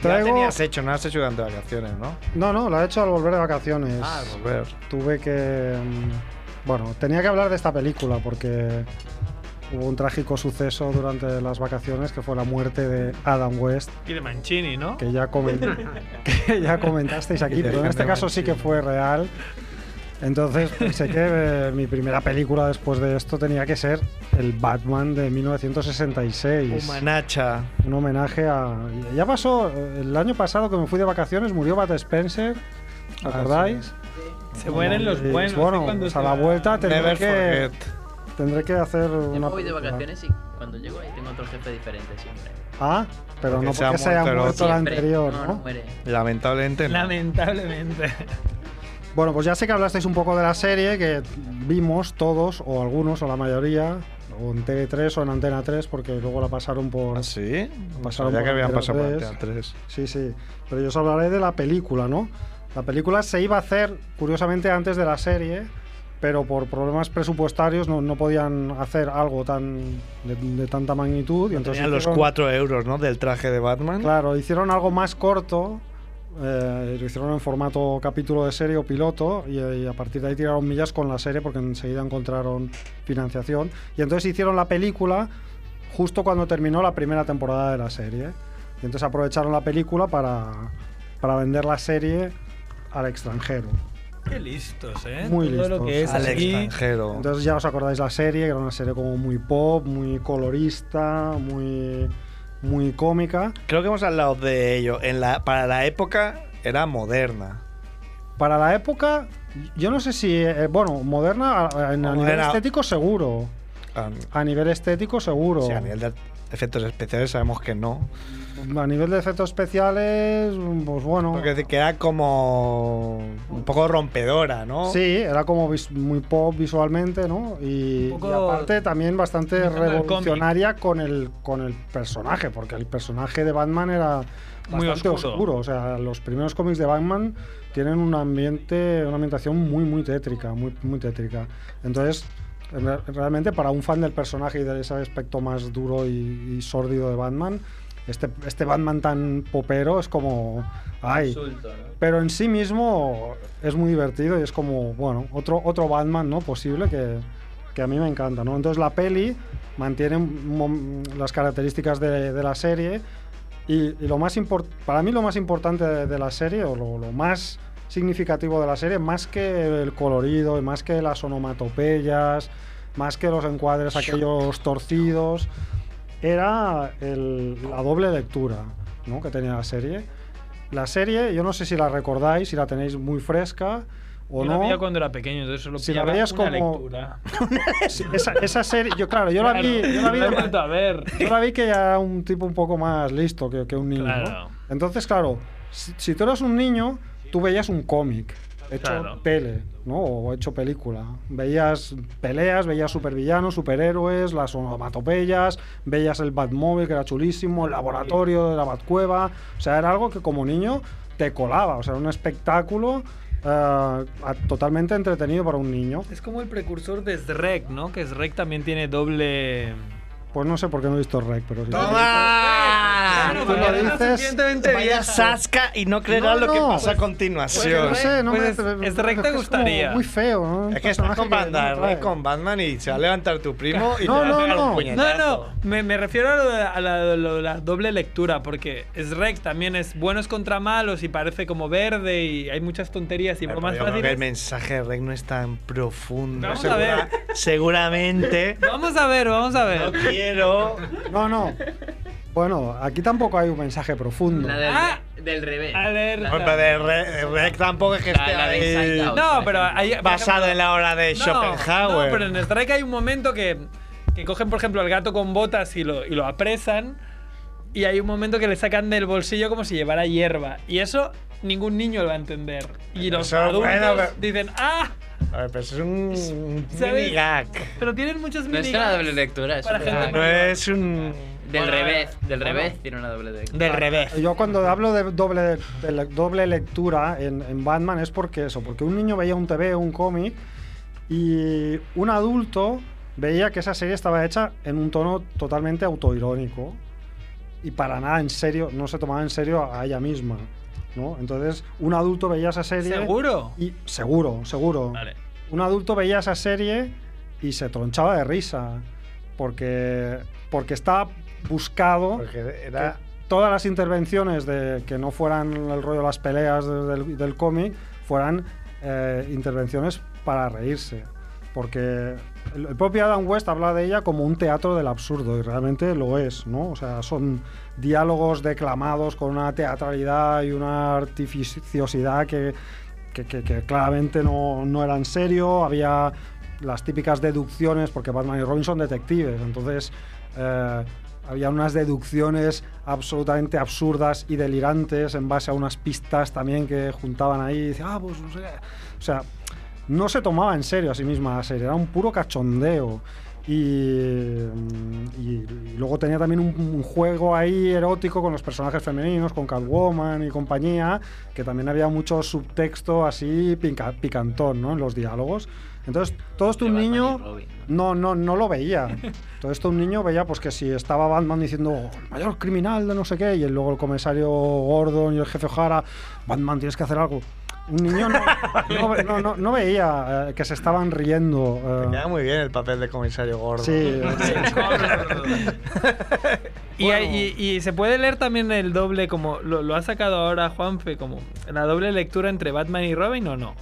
I: Traigo-
D: Ya tenías hecho, no has hecho durante vacaciones, ¿no?
I: No, no, lo he hecho al volver de vacaciones.
D: Ah, al volver.
I: Tuve que. mm, Bueno, tenía que hablar de esta película porque hubo un trágico suceso durante las vacaciones que fue la muerte de Adam West,
C: Y de Mancini, ¿no?
I: que ya,
D: [LAUGHS]
I: comen- que [LAUGHS] ya comentasteis aquí, pero en este caso sí que fue real. Entonces pensé que eh, mi primera película después de esto tenía que ser el Batman de 1966.
D: Humanacha.
I: Un homenaje a. Ya pasó, eh, el año pasado que me fui de vacaciones murió Bat Spencer. ¿Os
D: Ah,
I: ¿Acordáis?
C: Se mueren los
I: Y,
C: buenos.
I: Bueno,
C: ¿sí? Cuando
I: pues a
C: se
I: la
C: va-
I: vuelta tendré
C: Never
I: que, tendré que hacer
F: Yo
I: una.
F: me voy de
I: película.
F: vacaciones y cuando llego ahí tengo otro jefe diferente siempre.
I: Ah, pero
D: Porque
I: no
D: se ha
I: porque se haya
D: muerto el
I: muerto la
D: otro.
I: anterior,
F: No, no
I: ¿no?
F: muere.
D: Lamentablemente. no.
C: Lamentablemente.
I: Bueno, pues ya sé que hablasteis un poco de la serie que vimos todos, o algunos, o la mayoría, o en TV3 o en Antena 3, porque luego la pasaron por.
D: Ah, sí?
I: Pasaron
D: Ya
I: por
D: que habían
I: Antena
D: pasado por
I: 3.
D: Antena 3.
I: Sí, sí. Pero yo os hablaré de la película, ¿no? La película se iba a hacer, curiosamente, antes de la serie, pero por problemas presupuestarios no, no podían hacer algo tan de, de tanta magnitud. Y entonces
D: Tenían los
I: hicieron-
D: 4 euros, ¿no? Del traje de Batman.
I: Claro, hicieron algo más corto, eh, lo hicieron en formato capítulo de serie o piloto, y, eh, y a partir de ahí tiraron millas con la serie porque enseguida encontraron financiación. Y entonces hicieron la película justo cuando terminó la primera temporada de la serie. Y entonces aprovecharon la película para, para vender la serie al extranjero.
C: [LAUGHS] Qué listos, ¿eh?
I: Muy
C: Todo
I: listos.
C: lo que es aquí.
I: Entonces ya os acordáis la serie, que era una serie como muy pop, muy colorista, muy, muy cómica.
D: Creo que hemos hablado de ello. En la, para la época era moderna.
I: Para la época, yo no sé si, eh, bueno, moderna a, a- a nivel
D: Moderna.
I: estético seguro. A nivel estético seguro.
D: Sí, a nivel de efectos especiales sabemos que no.
I: A nivel de efectos especiales, pues bueno.
D: Porque decir que era como un poco rompedora, ¿no?
I: Sí, era como vis- muy pop visualmente, ¿no? Y,
D: poco-
I: y aparte también bastante
D: Mirando al cómic.
I: revolucionaria con el, con el personaje, porque el personaje de Batman era
C: Muy
I: bastante
C: oscuro.
I: O sea, los primeros cómics de Batman tienen un ambiente, una ambientación muy, muy tétrica, muy, muy tétrica. Entonces, en re- realmente para un fan del personaje y de ese aspecto más duro y, y sórdido de Batman, este, este Batman tan popero es como... ¡Ay! Pero en sí mismo es muy divertido y es como, bueno, otro, otro Batman, ¿no? Posible que, que a mí me encanta, ¿no? Entonces la peli mantiene un mom- las características de, de la serie y, y lo más import- para mí lo más importante de, de la serie, o lo, lo más significativo de la serie, más que el colorido y más que las onomatopeyas, más que los encuadres aquellos torcidos, era el- la doble lectura ¿no? que tenía la serie. La serie, yo no sé si la recordáis, si la tenéis muy fresca o
C: Yo
I: no.
C: la
I: [LAUGHS]
C: veía cuando era pequeño, entonces solo
I: Si la
C: pillaba
I: veías
C: una
I: como-
C: lectura.
I: Sí, esa, esa serie, yo claro, yo la vi, yo la vi,
C: he [LAUGHS] vuelto a ver.
I: yo la vi que ya era un tipo un poco más listo que, que un niño. ¿no?
C: Claro.
I: Entonces, claro, si, si tú eras un niño, tú veías un cómic hecho
C: Claro.
I: tele, ¿no? O hecho película. Veías peleas, veías supervillanos, superhéroes, las onomatopeyas, veías el Batmóvil que era chulísimo, el laboratorio de la Batcueva. O sea, era algo que como niño te colaba, o sea, era un espectáculo eh, a- totalmente entretenido para un niño.
C: Es como el precursor de Shrek, ¿no? Que Shrek también tiene doble...
I: Pues no sé por qué no he visto Rec, pero sí.
C: Claro,
D: Tú lo
C: porque
D: dices, Ah. vaya Sasca y no creerás
I: No,
D: lo que
I: no.
D: pasa a continuación.
I: Pues, no sé, no me-
D: Pues,
I: me-
D: este rec
I: es
D: te
I: como
D: gustaría.
I: Muy feo, ¿no?
D: es que estás con
I: Personaje que no
D: Batman,
I: trae.
D: con Batman y se va a levantar tu primo y
C: no,
D: te va a
C: no,
D: pegar un
C: no.
D: puñetazo.
C: No, no, me, me refiero a, lo de- a la, lo- la doble lectura, porque Shrek también es buenos contra malos y parece como verde y hay muchas tonterías y
D: Pero
C: bromas
D: yo creo que el
C: fáciles.
D: mensaje de Rec no es tan profundo.
C: Vamos a ver.
D: Seguramente.
C: Vamos a ver, vamos a ver.
D: No quiero.
I: No, no. Bueno, aquí tampoco hay un mensaje profundo.
F: La del, del revés.
C: Ah. A ver.
D: No, pero de Re- Rec tampoco es que esté
F: la de
D: ahí
F: Inside Out,
C: Eh, No, pero hay, por
D: basado en la obra de
C: No,
D: Schopenhauer.
C: No, pero en Strike hay un momento que, que cogen, por ejemplo, al gato con botas y lo, y lo apresan. Y hay un momento que le sacan del bolsillo como si llevara hierba. Y eso ningún niño lo va a entender. Y los
D: eso,
C: adultos
D: bueno, pero-
C: dicen, ¡ah!
D: A ver, pero eso es un
C: ¿Sabes?
D: mini gag.
C: Pero tienen muchos
F: No
C: mini
F: es una doble lectura, es
C: Para
F: un
C: gente
F: gag.
D: No es un.
F: Del revés, del
D: Bueno.
F: revés tiene una doble lectura.
I: Yo cuando hablo de doble, de le- doble lectura en, en Batman es porque eso, porque un niño veía un TV, un cómic, y un adulto veía que esa serie estaba hecha en un tono totalmente autoirónico y para nada en serio, no se tomaba en serio a ella misma. ¿no? Entonces, un adulto veía esa serie.
C: ¿Seguro?
I: Y, seguro, seguro. Un adulto veía esa serie y se tronchaba de risa. Porque, porque estaba buscado
D: era-
I: que todas las intervenciones de, que no fueran el rollo de las peleas de- del, del cómic fueran eh, intervenciones para reírse. Porque el, el propio Adam West habla de ella como un teatro del absurdo y realmente lo es, ¿no? O sea, son diálogos declamados con una teatralidad y una artificiosidad que, que, que- que claramente no, no eran serio, había las típicas deducciones, porque Batman y Robin son detectives, entonces eh, había unas deducciones absolutamente absurdas y delirantes en base a unas pistas también que juntaban ahí, y dice, ah, pues no sé qué". O sea, no se tomaba en serio a sí misma la serie, era un puro cachondeo. Y, mm, y- y luego tenía también un, un juego ahí erótico con los personajes femeninos, con Catwoman y compañía, que también había mucho subtexto así pica- picantón ¿no? en los diálogos. Entonces, todo esto un niño no, no, no lo veía. Todo esto un niño veía pues que si estaba Batman diciendo "El mayor criminal de no sé qué, y luego el comisario Gordon y el jefe O'Hara, Batman tienes que hacer algo. Un niño no, no, no- no- no veía eh, que se estaban riendo. eh,
D: Queda muy bien el papel de comisario gordo.
I: Sí.
C: Y, hay- y- y se puede leer también el doble, como lo, lo ha sacado ahora Juanfe, como la doble lectura entre Batman y Robin o no.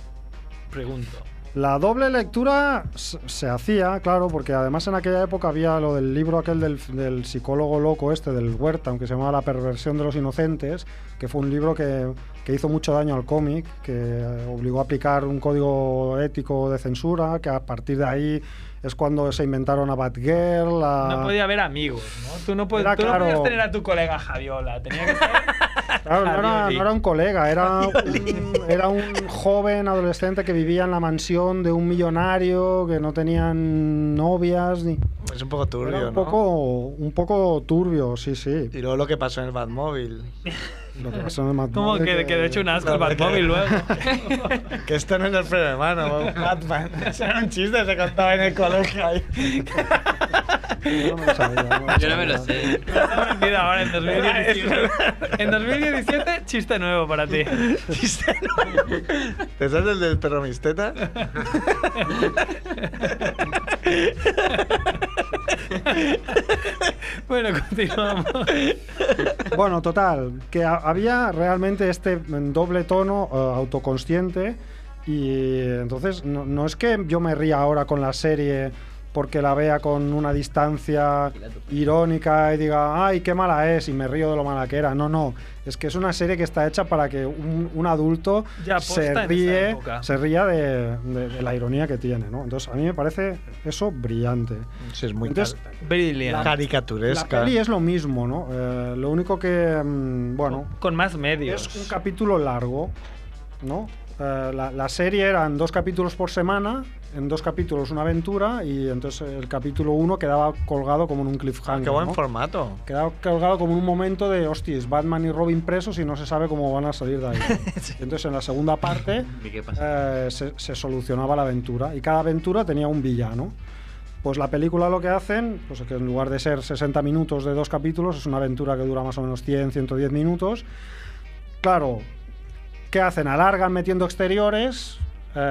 C: Pregunto.
I: La doble lectura se, se hacía, claro, porque además en aquella época había lo del libro aquel del, del psicólogo loco este, del Huerta, aunque se llamaba La perversión de los inocentes, que fue un libro que, que hizo mucho daño al cómic, que eh, obligó a aplicar un código ético de censura, que a partir de ahí es cuando se inventaron a Batgirl, a...
C: No podía haber amigos, ¿no? Tú no, puedes,
I: Ah. Era
C: tú no
I: claro.
C: podías tener a tu colega Javiola. Tenía que ser
I: Claro, no era,
C: Ravioli.
I: no era un colega,
C: [LAUGHS]
I: era un, era un joven adolescente que vivía en la mansión de un millonario, que no tenían novias ni...
D: Es un poco turbio,
I: Era un
D: ¿no?
I: poco, un poco turbio, sí, sí.
D: Y luego lo que pasó en
I: [LAUGHS]
D: el Batmóvil.
I: Lo que pasó en el Mad
C: como
I: Monday,
C: que, que de hecho un asco el
D: No, porque-
C: Batmóvil luego.
D: [LAUGHS] Que esto no es el freno de mano, Batman. Eso era un chiste, se contaba en el colegio ahí.
F: Yo no me lo sé.
C: Mira, ahora en 2017. En 2017, chiste nuevo para ti.
D: ¿Te sabes el del perro mis tetas?
C: bueno, continuamos.
I: Bueno, total, que ha- había realmente este mm, doble tono eh, autoconsciente y eh, entonces no, no es que yo me ría ahora con la serie porque la vea con una distancia irónica y diga, ay, qué mala es y me río de lo mala que era. No, no, es que es una serie que está hecha para que un, un adulto
C: Ya aposta
I: se
C: en esa
I: ríe,
C: época.
I: se ría de, de- de la ironía que tiene, ¿no? Entonces a mí me parece eso brillante.
D: Sí, es muy
I: Entonces,
C: Brilliant.
I: La peli es
D: Ah,
I: lo mismo, ¿no? Eh, lo único que, mm, bueno,
C: Con más medios.
I: es un capítulo largo, ¿no? Eh, la, la serie eran dos capítulos por semana, en dos capítulos una aventura y entonces el capítulo uno quedaba colgado como en un cliffhanger.
D: Ah, Qué buen
I: ¿no?
D: formato.
I: Quedaba colgado como en un momento de, hostias, Batman y Robin presos y no se sabe cómo van a salir de ahí. Entonces en la segunda parte
F: ¿Y qué pasa?
I: eh, se, se solucionaba la aventura y cada aventura tenía un villano. Pues la película lo que hacen, pues es que en lugar de ser 60 minutos de dos capítulos, es una aventura que dura más o menos 100, 110 minutos. Claro, ¿qué hacen? Alargan metiendo exteriores,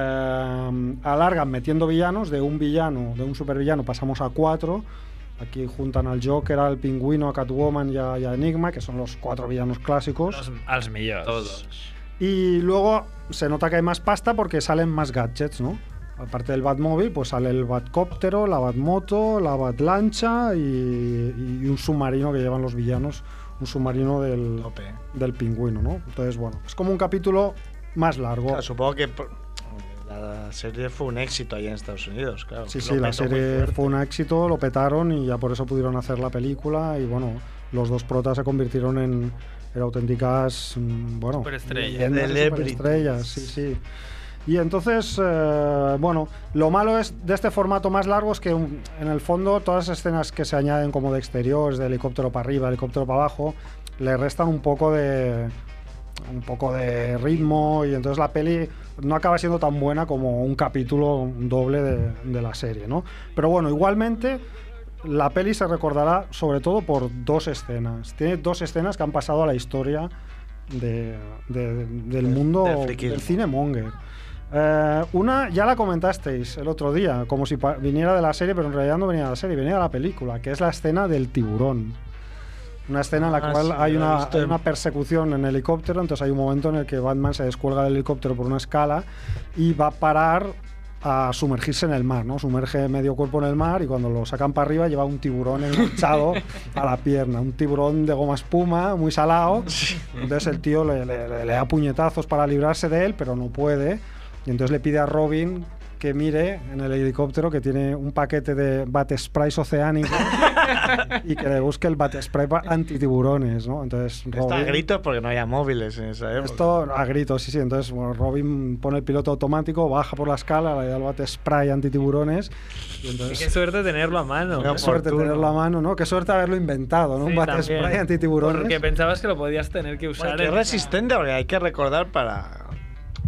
I: eh, alargan metiendo villanos, de un villano, de un supervillano pasamos a cuatro. Aquí juntan al Joker, al Pingüino, a Catwoman y a, y a Enigma, que son los cuatro villanos clásicos.
C: Als millones. Todos.
I: Y luego se nota que hay más pasta porque salen más gadgets, ¿no? Aparte del Batmóvil, pues sale el Batcóptero, la Batmoto, la Batlancha y, y un submarino que llevan los villanos, un submarino del,
D: ¿eh?
I: del pingüino, ¿no? Entonces, bueno, es como un capítulo más largo.
D: Claro, supongo que por- la serie fue un éxito ahí en Estados Unidos, claro.
I: Sí,
D: Lo
I: sí, la
D: petó muy
I: serie fue un éxito, lo petaron y ya por eso pudieron hacer la película y bueno, los dos protas se convirtieron en, en auténticas, mm, bueno,
D: Superestrellas.
I: leyendas y
D: Celebrities.
I: superestrellas, sí, sí. Y entonces, eh, bueno, lo malo es de este formato más largo es que mm, en el fondo todas las escenas que se añaden como de exteriores, de helicóptero para arriba, helicóptero para abajo, le restan un poco de un poco de ritmo y entonces la peli no acaba siendo tan buena como un capítulo doble de, de la serie, ¿no? Pero bueno, igualmente la peli se recordará sobre todo por dos escenas. Tiene dos escenas que han pasado a la historia de- de- del mundo
D: del friquismo.
I: del cine monger. Eh, una ya la comentasteis el otro día, como si pa- viniera de la serie, pero en realidad no venía de la serie, venía de la película, que es la escena del tiburón. Una escena en la
D: Ah,
I: cual
D: sí,
I: hay
D: lo he
I: una,
D: visto
I: hay
D: en-
I: una persecución en helicóptero, entonces hay un momento en el que Batman se descuelga del helicóptero por una escala y va a parar a sumergirse en el mar, ¿no? Sumerge medio cuerpo en el mar y cuando lo sacan para arriba lleva un tiburón
D: [LAUGHS]
I: enganchado a la pierna, un tiburón de goma espuma, muy salado. Entonces el tío le, le- le- le da puñetazos para librarse de él, pero no puede. Y entonces le pide a Robin que mire en el helicóptero que tiene un paquete de bat sprays oceánicos y que le busque el bat spray pa- antitiburones, ¿no? Entonces
D: Está a
I: Robin-
D: gritos porque no había móviles en esa época.
I: esto a gritos, sí, sí. Entonces bueno, Robin pone el piloto automático, baja por la escala, le da el bate spray antitiburones. Y
C: Y
I: entonces,
C: Qué suerte tenerlo a mano.
I: qué suerte tenerlo a mano, ¿no? Qué suerte haberlo inventado, ¿no?
C: Sí,
I: un bate
C: también.
I: spray antitiburones.
C: Porque pensabas que lo podías tener que usar.
D: Bueno, que es
C: en-
D: resistente porque hay que recordar para.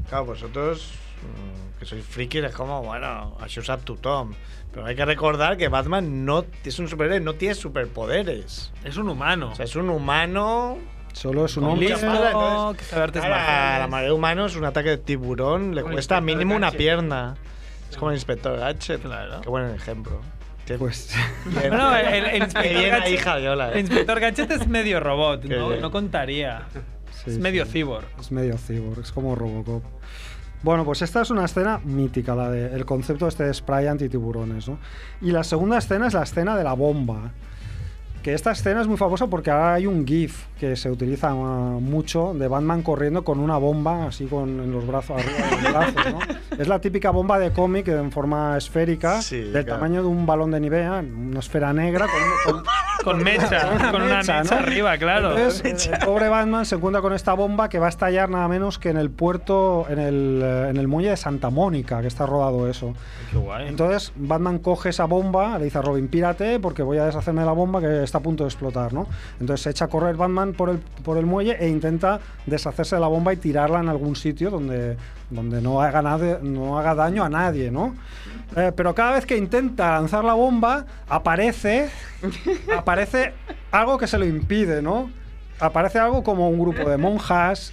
D: Claro, vosotros mm, que sois frikis es como, bueno, así usa tu Tom. Pero hay que recordar que Batman no es un superhéroe, no tiene superpoderes.
C: Es un humano.
D: O sea, es un humano.
I: Solo es un
D: con
I: hombre.
D: mucha pala, entonces,
C: que sabe artes
D: claro, a la
C: marciales.
D: mayoría de humanos un ataque de tiburón le
C: Como el
D: cuesta
C: inspector
D: mínimo una
C: Gadget.
D: pierna. Es como el inspector Gadget. Claro. Qué buen ejemplo. Qué-
I: Pues.
D: Bien.
C: Bueno, el, el
D: Qué
C: inspector
D: bien ahí,
C: Gadget,
D: Javiola,
C: el
D: eh.
C: inspector Gadget es medio robot,
D: Qué
C: ¿no?
D: bien.
C: No contaría.
I: Sí,
C: es
I: sí.
C: medio cyborg.
I: Es medio cyborg, es como Robocop. Bueno, pues esta es una escena mítica, la de- el concepto este de spray antitiburones. ¿no? Y la segunda escena es la escena de la bomba. Que esta escena es muy famosa porque ahora hay un GIF que se utiliza ah, mucho de Batman corriendo con una bomba así con en los brazos arriba de los brazos, ¿no? Es la típica bomba de cómic en forma esférica, del
C: claro.
I: tamaño de un balón de Nivea, una esfera negra con, con-
C: Con mecha, con una mecha,
I: ¿no?
C: arriba, claro.
I: Entonces, el pobre Batman se encuentra con esta bomba que va a estallar nada menos que en el puerto, en el, eh, en el muelle de Santa Mónica, que está rodado eso.
C: Qué guay.
I: Entonces Batman coge esa bomba, le dice a Robin, pírate porque voy a deshacerme de la bomba que está a punto de explotar, ¿no? Entonces se echa a correr Batman por el, por el muelle e intenta deshacerse de la bomba y tirarla en algún sitio donde, donde no, haga nade- no haga daño a nadie, ¿no? Eh, pero cada vez que intenta lanzar la bomba, aparece, aparece algo que se lo impide, ¿no? Aparece algo como un grupo de monjas,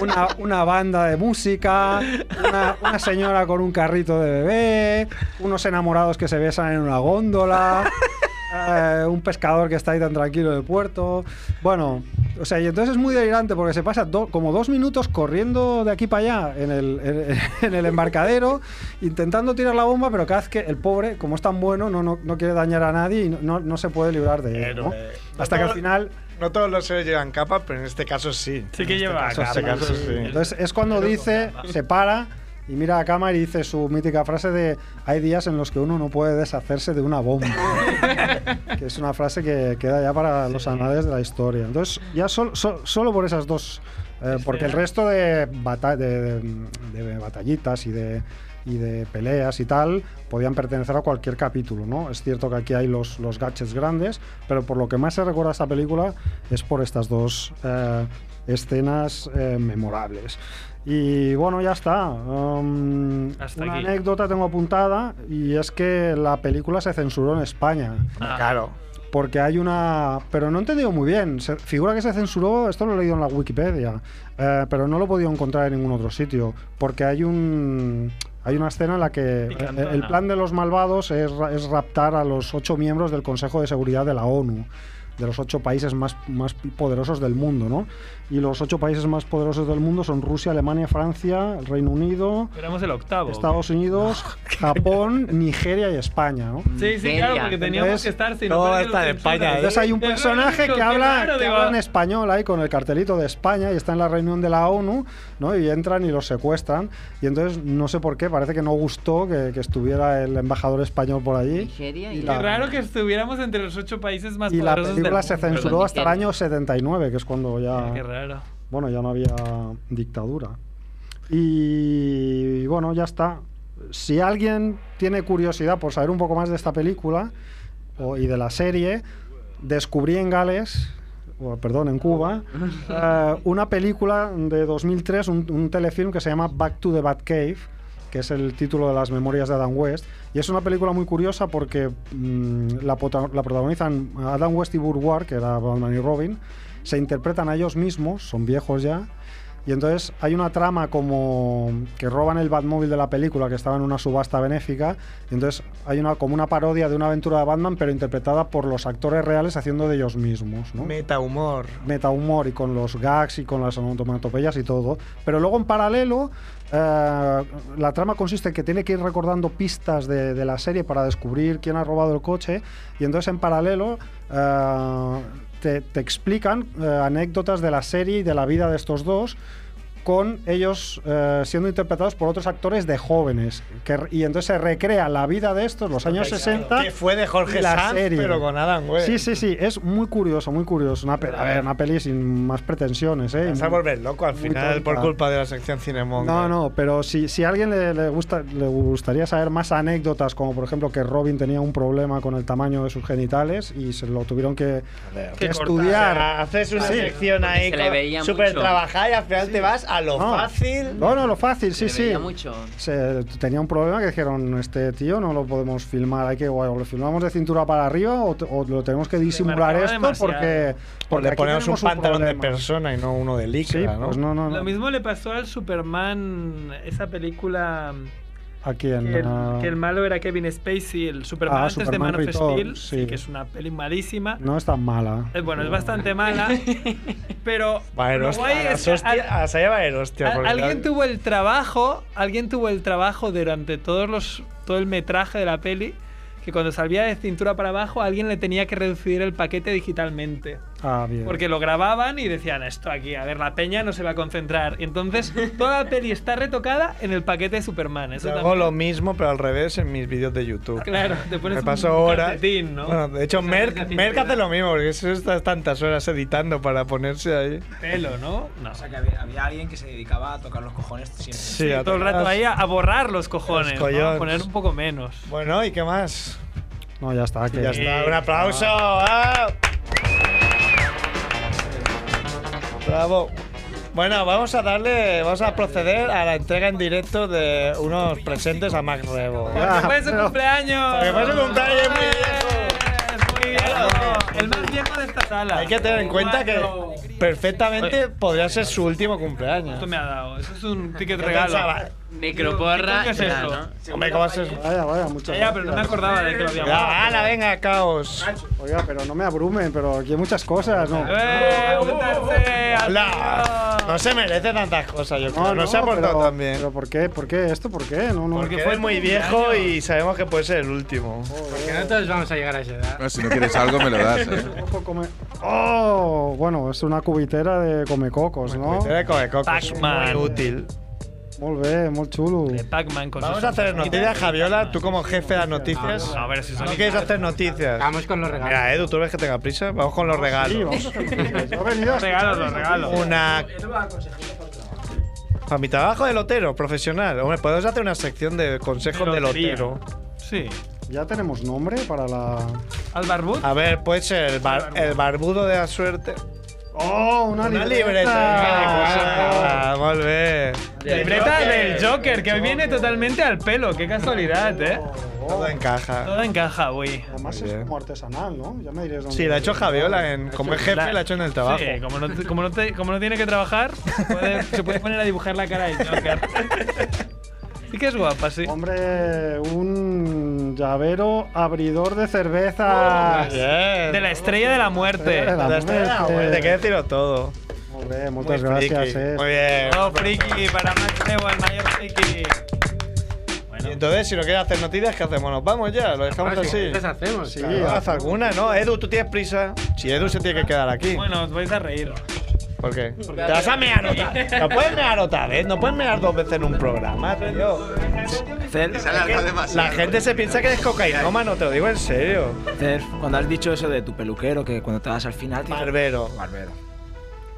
I: una, una banda de música, una, una señora con un carrito de bebé, unos enamorados que se besan en una góndola, eh, un pescador que está ahí tan tranquilo en el puerto. Bueno, o sea, y entonces es muy delirante porque se pasa do- como dos minutos corriendo de aquí para allá en el, en- en el embarcadero, intentando tirar la bomba, pero cada vez que el pobre, como es tan bueno, no, no, no quiere dañar a nadie y no, no se puede librar de él. ¿no? Hasta que al final.
D: eh, No todos los héroes llevan capas, pero en este caso sí.
C: Sí que
D: En este
C: lleva
D: caso,
C: capas,
D: En este caso
C: sí.
D: sí.
I: Entonces es cuando dice, se para y mira a cámara y dice su mítica frase de hay días en los que uno no puede deshacerse de una bomba. que es una frase que queda ya para los anales de la historia. Entonces ya sol- sol- solo por esas dos, eh,
C: Este
I: porque el resto de, bata- de- de- de batallitas y de y de peleas y tal, podían pertenecer a cualquier capítulo, ¿no? Es cierto que aquí hay los, los gadgets grandes, pero por lo que más se recuerda a esta película es por estas dos eh, escenas eh, memorables. Y bueno, ya está. Um,
C: Hasta
I: una
C: aquí.
I: anécdota tengo apuntada y es que la película se censuró en España.
D: Claro.
I: Porque hay una... Pero no he entendido muy bien. Se- figura que se censuró, esto lo he leído en la Wikipedia, eh, pero no lo he podido encontrar en ningún otro sitio. Porque hay un... Hay una escena en la que eh, el plan de los malvados es, ra- es raptar a los ocho miembros del Consejo de Seguridad de la ONU, de los ocho países más, más poderosos del mundo, ¿no? Y los ocho países más poderosos del mundo son Rusia, Alemania, Francia, el Reino Unido,
C: Éramos el octavo.
I: Estados
C: [LAUGHS]
I: Unidos, Japón, Nigeria y España, ¿no?
C: Sí, sí, claro, porque teníamos que estar sin
I: todo está de España. Entonces hay un personaje que, habla, que habla en español ahí con el cartelito de España y está en la reunión de la ONU, ¿no? Y entran y los secuestran. Y entonces no sé por qué, parece que no gustó que, que estuviera el embajador español por allí.
C: Nigeria
I: y
C: y
I: la-
C: Qué raro que estuviéramos entre los ocho países más
I: Y la
C: poderosos del
I: película se
C: mundo.
I: censuró hasta el año 79, que es cuando ya...
C: Qué raro.
I: Bueno, ya no había dictadura. Y bueno, ya está. Si alguien tiene curiosidad por saber un poco más de esta película o- y de la serie, descubrí en Gales, o, perdón, en Cuba, eh, una película de 2003, un, un telefilm que se llama Back to the Batcave, que es el título de las memorias de Adam West. Y es una película muy curiosa porque mm, la, pota- la protagonizan Adam West y Burward, que era Batman y Robin, se interpretan a ellos mismos, son viejos ya. Y entonces hay una trama como que roban el Batmóvil de la película que estaba en una subasta benéfica. Y entonces hay una como una parodia de una aventura de Batman, pero interpretada por los actores reales haciendo de ellos mismos. ¿no?
D: Metahumor.
I: metahumor y con los gags y con las onomatopeyas y todo. Pero luego en paralelo, eh, la trama consiste en que tiene que ir recordando pistas de, de la serie para descubrir quién ha robado el coche. Y entonces en paralelo eh, te, te explican eh, anécdotas de la serie y de la vida de estos dos con ellos eh, siendo interpretados por otros actores de jóvenes. Que, re- y entonces se recrea la vida de estos, los años 60.
D: Que fue de Jorge
I: y la
D: Sanz,
I: serie.
D: pero con Adam West.
I: Sí, sí, sí, es muy curioso, muy curioso. Una pe- a ver, una peli sin más pretensiones, ¿eh?
D: Vas a volver loco al
I: Muy
D: final por
I: tonta.
D: culpa de la sección Cinemón.
I: No, no, pero si, si a alguien le, le gusta, le gustaría saber más anécdotas, como por ejemplo que Robin tenía un problema con el tamaño de sus genitales y se lo tuvieron que, que estudiar.
T: O sea, haces una
I: Sí.
T: sección ahí
I: se le veía
T: súper
I: mucho.
T: trabajada y al final te vas a lo
I: No.
T: fácil.
I: No, no, lo fácil, sí,
T: Se le
I: sí.
T: veía mucho.
I: Se- tenía un problema que dijeron, este tío no lo podemos filmar, hay que o lo filmamos de cintura para arriba o, te- o lo tenemos que disimular
D: marcaba
I: esto
D: demasiado.
I: porque,
D: O
I: porque
D: le
I: aquí
D: ponemos un
I: tenemos
D: pantalón de
I: problema".
D: persona y no uno de licra,
I: Sí, pues no, no, no.
C: Lo mismo le pasó al Superman, esa película
I: ¿A quién?
C: Que el,
I: A-
C: que el malo era Kevin Spacey, el Superman
I: Ah,
C: antes
I: Superman
C: de Man of
I: Returns,
C: Steel,
I: sí.
C: que es una peli malísima.
I: No es tan mala.
C: Eh, Bueno, es bastante mala, pero
T: Bueno,
C: lo guay
T: hostia,
C: es que
T: hostia,
C: al-
T: a Saya va a ir, hostia.
C: a-
T: porque
C: alguien
T: la-
C: tuvo el trabajo, alguien tuvo el trabajo durante todos los todo el metraje de la peli que cuando salía de cintura para abajo alguien le tenía que reducir el paquete digitalmente.
I: Ah, bien.
C: Porque lo grababan y decían, esto aquí, a ver, la peña no se va a concentrar. Entonces, toda la peli está retocada en el paquete de Superman. Eso
D: Yo
C: también.
D: hago lo mismo, pero al revés en mis vídeos de YouTube.
C: Claro, te pones
D: Me
C: un
D: paso horas.
C: calcetín, ¿no?
D: Bueno, de hecho,
C: Un [LAUGHS]
D: Merck,
C: calcetín
D: Merck
C: te
D: hace
C: da
D: lo mismo, porque eso está tantas horas editando para ponerse ahí.
C: Pelo, ¿no?
U: O sea, que había, había alguien que se dedicaba a tocar los cojones siempre.
D: Sí, a
C: Todo el rato ahí a, a borrar los cojones,
D: Los
C: ¿no?
D: collones.
C: A poner un poco menos.
D: Bueno, ¿y qué más?
I: No, ya está. que-
D: Ya está, un aplauso. ¡ah! Bravo. Bueno, vamos a darle, vamos a proceder a la entrega en directo de unos presentes a Max Rebo.
C: ¡Porque fue su cumpleaños!
D: Porque fue su cumpleaños, es muy
C: muy viejo. El más viejo de esta sala.
D: Hay que tener en cuenta que
C: Cuatro.
D: perfectamente podría ser su último cumpleaños.
C: Esto me ha dado. Eso es un ticket
D: Yo
C: regalo.
D: pensaba-
F: Necroporra,
C: ¿Qué coño es
F: ya,
C: eso?
F: ¿no?
D: Hombre, ¿cómo haces?
I: Vaya, vaya, muchas
C: Ya, pero no me
I: gracias.
C: acordaba de que lo habíamos
D: Ya, ala, venga, caos.
I: Oiga, pero no me abrumen, pero aquí hay muchas cosas, ¿no?
C: ¡Eh, úntanse al
D: La- no se merece tantas cosas, yo creo. No, se ha portado
I: pero,
D: tan bien.
I: Pero ¿por qué? ¿Por qué esto? ¿Por qué? No, no.
D: Porque fue muy viejo y sabemos que puede ser el último.
N: Que no todos vamos a llegar a esa edad.
O: Bueno, si no quieres algo, me lo das,
N: [LAUGHS]
O: ¿eh?
I: Ojo, come- Oh, bueno, es una cubitera de comecocos, ¿no?
D: Cubitera de comecocos,
C: Pac-Man.
D: muy útil.
I: Muy bien, muy chulo.
C: Pac-Man con
D: Vamos
C: sus-
D: a hacer noticias, Javiola, tú como jefe de las noticias.
C: A ver si son-
D: ¿No quieres hacer noticias? Vamos
N: con los regalos.
D: Mira, Edu, tú ves que tenga prisa, vamos con los regalos.
I: Sí, vamos a hacer noticias. Yo he venido a
C: Regalos,
I: escuchar-
C: regalos.
D: Una. A mi trabajo de lotero, profesional. Hombre, podemos hacer una sección de consejos de lotero.
C: Sí.
I: Ya tenemos nombre para la.
C: ¿Al barbudo?
D: A ver, puede ser el, bar- el barbudo de la suerte.
I: ¡Oh, una,
D: Una
I: libreta!
C: Ah,
D: libreta. Ah, Molt bé.
C: Libreta del Joker, que hoy viene totalmente al pelo. Qué casualidad, ¿eh?
D: Todo encaja.
C: Todo encaja, güey.
I: Además
D: Muy
I: Oh. es
D: bien.
I: como artesanal, ¿no? Ya me diréis dónde.
D: Sí, la ha hecho Javiola en, como es jefe,
C: La-
D: la ha hecho en el trabajo.
C: Sí, como no, como no te- como no tiene que trabajar, puede- se puede poner a dibujar la cara del Joker. Sí que es guapa, sí.
I: Hombre, un llavero abridor de
D: Oh,
I: cerveza.
C: De la estrella de la muerte.
I: De la Estrella de la muerte. muerte, que
D: decirlo todo.
I: Muy bien, muchas
C: Muy friki.
I: gracias. eh.
D: Muy bien.
C: Todo friki para Max Nebo, el mayor friki.
D: Y Entonces, si no quieres hacer noticias, ¿qué hacemos? ¿Nos vamos ya? ¿Lo dejamos
N: Ahora Ah, sí,
D: así?
N: entonces hacemos, sí.
D: Claro, haz alguna, ¿no? Edu, tú tienes prisa. Si Edu se tiene que quedar aquí.
C: Bueno, os vais a reír.
D: ¿Por qué? Te vas a mear otra vez. No puedes mear otra vez. No puedes mear dos veces en un programa, tío.
H: Se ha alargado demasiado.
D: La gente se piensa que eres cocainómano, te lo digo en serio.
L: Cerf, cuando has dicho eso de tu peluquero, que cuando te vas al final. dices-
D: Barbero.
L: Barbero.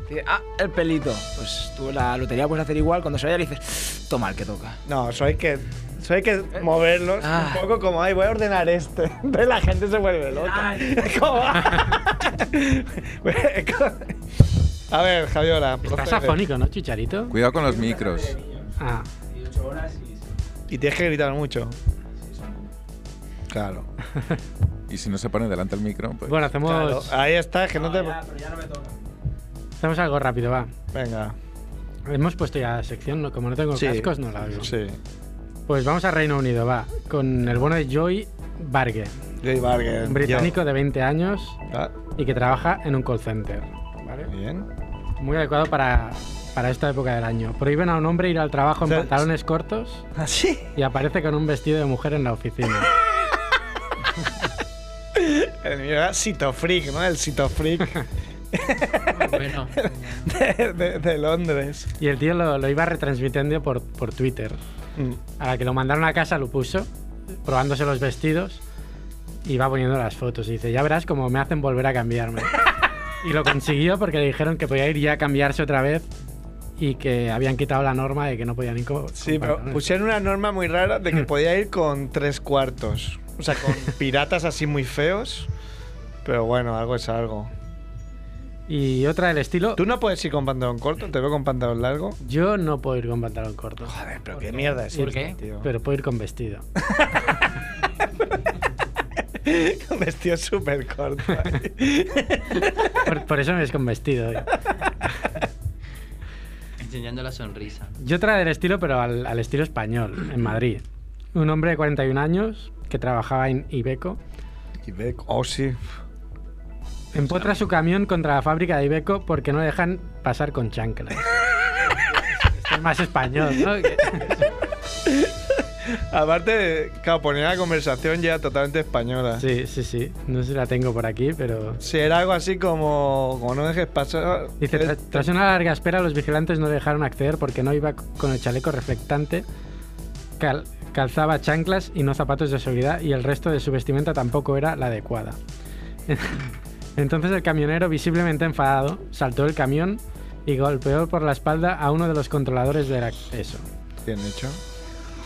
L: Dice, ah, el pelito. Pues tú la lotería puedes hacer igual. Cuando se vaya le dices, toma el que toca. Ah,
D: No, eso hay que, eso hay que moverlos
N: Ah.
D: un poco como, ay, voy a ordenar este. [LAUGHS] Entonces la gente se vuelve loca. Es como- [LAUGHS] Es como- a ver, Javiola.
N: Estás
D: procede.
N: afónico, ¿no, Chicharito?
O: Cuidado con los micros.
N: Ah.
D: Y tienes que gritar mucho. Claro.
O: Y si no se pone delante el micro, pues.
N: Bueno, hacemos, Ah,
D: Claro, ahí está, que no te.
N: hacemos algo rápido, va.
D: Venga.
N: Hemos puesto ya la sección, ¿no? como no tengo
D: Sí.
N: cascos, no la oigo.
D: Sí.
N: Pues vamos a Reino Unido, va. Con el bueno de Joy Barge.
D: Joy Barge,
N: Un británico de 20 años
D: Ah.
N: y que trabaja en un call center.
D: Bien.
N: Muy adecuado para, para esta época del año. Prohíben a un hombre ir al trabajo en pantalones cortos.
D: ¿Así?
N: Y aparece con un vestido de mujer en la oficina.
D: El mío era Citofreak, ¿no? El
N: [LAUGHS]
D: Citofreak.
F: bueno.
D: De, [LAUGHS] de- de Londres.
N: Y el tío lo, lo iba retransmitiendo por, por Twitter.
D: Mm.
N: A la que lo mandaron a casa lo puso, probándose los vestidos, y va poniendo las fotos. Y dice, ya verás cómo me hacen volver a
D: [LAUGHS]
N: cambiarme. y lo consiguió porque le dijeron que podía ir ya a cambiarse otra vez y que habían quitado la norma de que no podían ir co- con
D: Sí, pero pues,
N: pantalones. Mm.
D: pusieron una norma muy rara de que podía ir con tres cuartos. O
N: [LAUGHS]
D: sea, con piratas así muy feos. Pero bueno, algo es algo.
N: Y otra del estilo.
D: ¿Tú no puedes ir con pantalón corto? ¿Te veo con pantalón largo?
N: Yo no puedo ir con pantalón corto. Joder,
D: pero qué mierda es ¿Por esta, qué? tío.
N: Pero puedo ir con vestido.
D: [LAUGHS] con vestido súper corto.
N: Por, por eso me ves con vestido. hoy.
D: [LAUGHS]
F: Enseñando la sonrisa.
N: Yo otra del estilo, pero al, al estilo español, en Madrid. un hombre de 41 años que trabajaba en Ibeco.
D: Ibeco, oh sí.
N: Empotra su camión contra la fábrica de Ibeco porque no le dejan pasar con chanclas. [LAUGHS] Esto es más español, ¿no? Que-
D: Aparte, claro, ponía la conversación ya totalmente española.
N: Sí, sí, sí. No sé si la tengo por aquí, pero...
D: Si era algo así como, como no dejes pasar.
N: Dice, "Tra- tras una larga espera, los vigilantes no le dejaron acceder porque no iba c- con el chaleco reflectante, cal- calzaba chanclas y no zapatos de seguridad y el resto de su vestimenta tampoco era la adecuada. [LAUGHS] Entonces el camionero, visiblemente enfadado, saltó del camión y golpeó por la espalda a uno de los controladores del acceso.
D: Bien hecho.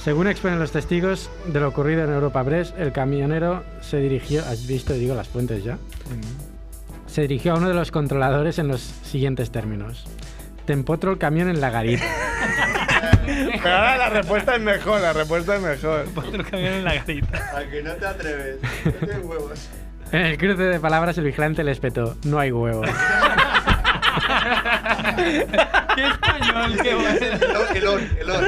N: Según exponen los testigos de lo ocurrido en Europa Press, el camionero se dirigió... ¿Has visto? Digo las fuentes ya se dirigió a uno de los controladores en los siguientes términos. Te empotro el camión en la garita.
D: Pero ahora la respuesta es mejor, la respuesta es [LAUGHS] mejor.
C: Otro camión en la garita.
T: A que no te atreves. No tienes
D: [LAUGHS]
T: huevos.
N: En el cruce de palabras el vigilante le espetó, no hay huevo.
J: ¡Qué español! ¡Qué bueno!
T: El on, el on.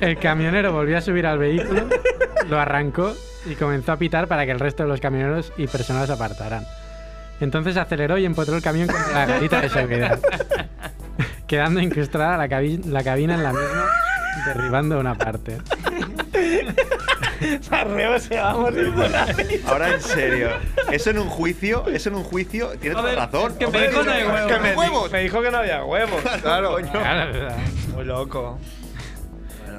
N: El camionero volvió a subir al vehículo, lo arrancó y comenzó a pitar para que el resto de los camioneros y personas se apartaran. Entonces aceleró y empotró el camión contra la garita de seguridad, quedando incrustada la, cabi- la cabina en la misma, derribando una parte.
T: Arreo se va a morir por la risa.
H: Ahora en serio, eso en un juicio, eso en un juicio, tiene toda la razón.
D: que me
H: Hombre,
D: dijo no hay huevos.
H: que me dijo-
D: Me dijo que no había huevos. [LAUGHS] Claro, coño.
N: Claro, claro.
D: Muy loco.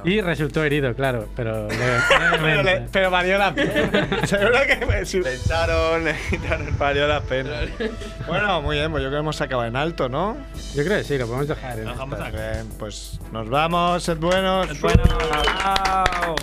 N: Y resultó herido, claro, pero... leve-
D: Pero,
N: levemente.
D: le- pero valió la [LAUGHS] pena. Seguro que me- si pensaron, le quitaron, valió la pena.
C: [LAUGHS]
D: Bueno, muy bien, pues yo creo que hemos acabado en alto, ¿no?
N: Yo creo que sí, lo podemos dejar. en
D: esta. Bien, pues nos vamos, sed buenos. Chao.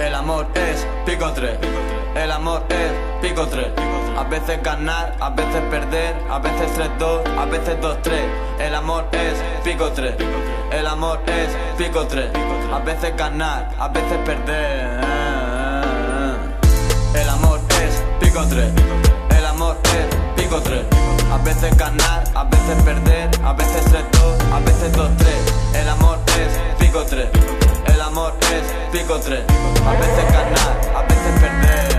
K: El amor es pico 3. El amor es pico 3. A veces ganar, a veces perder, a veces 3-2, a veces 2-3. El amor es pico 3. El amor es pico 3. A veces ganar, a veces perder. El amor es pico 3. El amor es pico 3. A veces ganar, a veces perder, a veces 3-2, a veces 2-3. El amor es pico 3. El amor es pico 3. A veces ganar, a veces perder.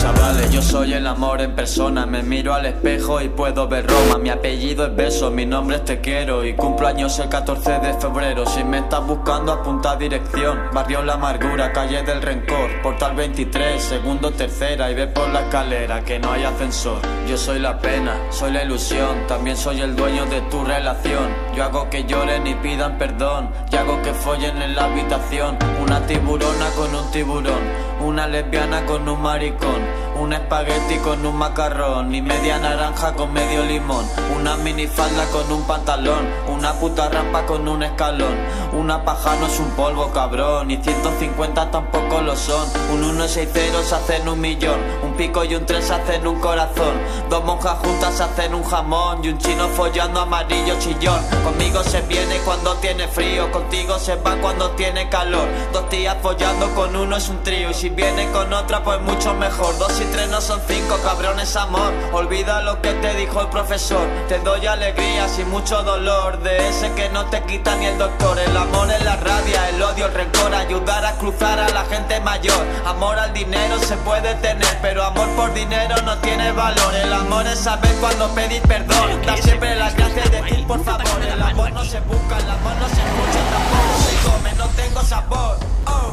K: Chavales, yo soy el amor en persona. Me miro al espejo y puedo ver Roma. Mi apellido es Beso, mi nombre es Te Quiero. Y cumplo años el 14 de febrero. Si me estás buscando, apunta dirección. Barrio La Amargura, calle del Rencor. Portal 23, segundo, tercera. Y ve por la escalera que no hay ascensor. Yo soy la pena, soy la ilusión. También soy el dueño de tu relación. Yo hago que lloren y pidan perdón. Y hago que follen en la habitación. Una tiburona con un tiburón. Una lesbiana con un maricón. Un espagueti con un macarrón. Y media naranja con medio limón. Una minifalda con un pantalón. Una puta rampa con un escalón. Una paja no es un polvo, cabrón. Y 150 tampoco lo son. Un 1 y 6 ceros hacen un millón. Un pico y un 3 hacen un corazón. Dos monjas juntas hacen un jamón. Y un chino follando amarillo chillón. Conmigo se viene cuando tiene frío. Contigo se va cuando tiene calor. Dos tías follando con uno es un trío. Y si viene con otra, pues mucho mejor. Dos y tres no son cinco, cabrones amor. Olvida lo que te dijo el profesor. Te doy alegrías y mucho dolor. De ese que no te quita ni el doctor. El amor es la rabia, el odio, el rencor. Ayudar a cruzar a la gente mayor. Amor al dinero se puede tener, pero amor por dinero no tiene valor. El amor es saber cuando pedir perdón. Dar siempre las gracias, decir por favor. El amor no se busca, el amor no se escucha, tampoco se come. No tengo sabor. Oh.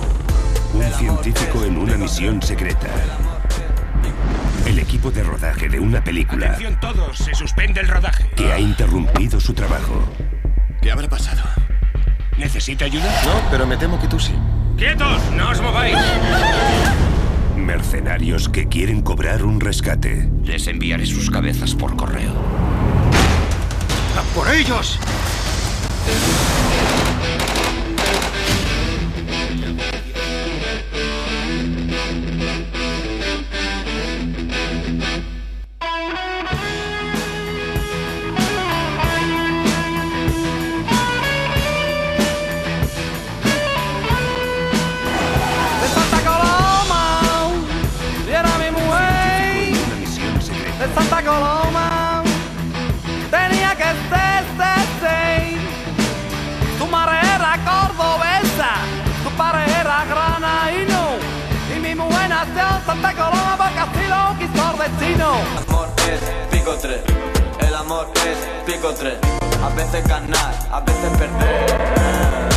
V: Un científico en una misión secreta. El equipo de rodaje de una película
W: Atención todos, se suspende el rodaje.
V: que ha interrumpido su trabajo.
W: ¿Qué habrá pasado? ¿Necesita ayuda?
V: No, pero me temo que tú sí.
W: ¡Quietos! ¡No os mováis!
V: Mercenarios que quieren cobrar un rescate. Les enviaré sus cabezas por correo.
W: ¡A por ellos!
K: De Santa Coloma, viene mi mujer. De Santa Coloma, tenía que ser, ser, ser. Tu madre era cordobesa, tu padre era granaíno. Y mi mujer nació en Santa Coloma porque así lo quiso el destino. El amor es pico tres, el amor es pico tres. A veces ganar, a veces perder.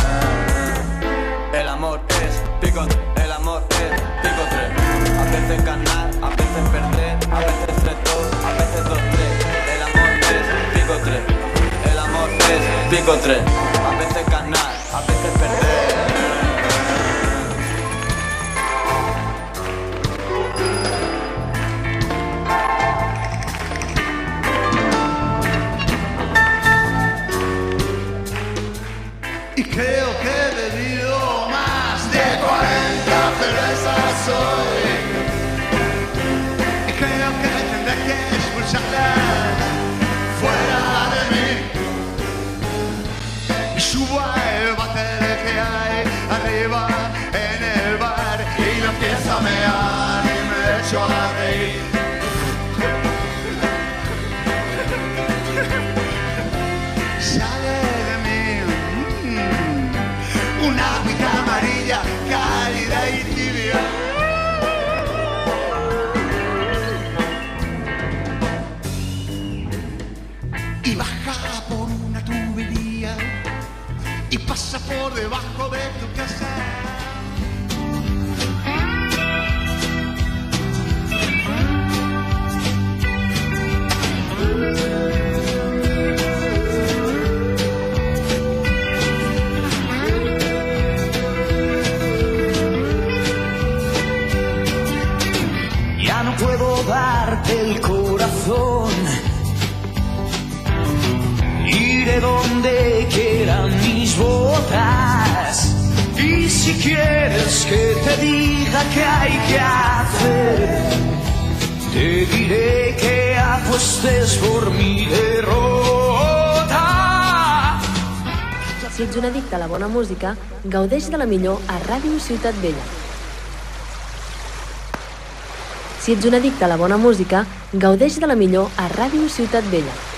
K: El amor es pico, el amor es pico tres. A veces ganar, a veces perder, a veces tres dos, a veces dos tres. El amor es pico tres, el amor es pico tres. A veces ganar, a veces perder.
A: Y creo que he bebido más de 40 cervezas hoy. Y creo que tendré que expulsarla fuera de mí. Y subo al váter que hay arriba en el bar y me empiezo a mear y me echo a reír. Sale de mí mm, una pita amarilla cálida y tibia. Y baja por una tubería y pasa por debajo de tu casa.
G: Ya no puedo darte el corazón. Iré donde quieran mis botas. Y si quieres que te diga qué hay que hacer, te diré que apuestes por mi derrota.
X: Si ets un addicte a la bona música, gaudeix de la millor a Ràdio Ciutat Vella. Si ets un addicte a la bona música, gaudeix de la millor a Ràdio Ciutat Vella.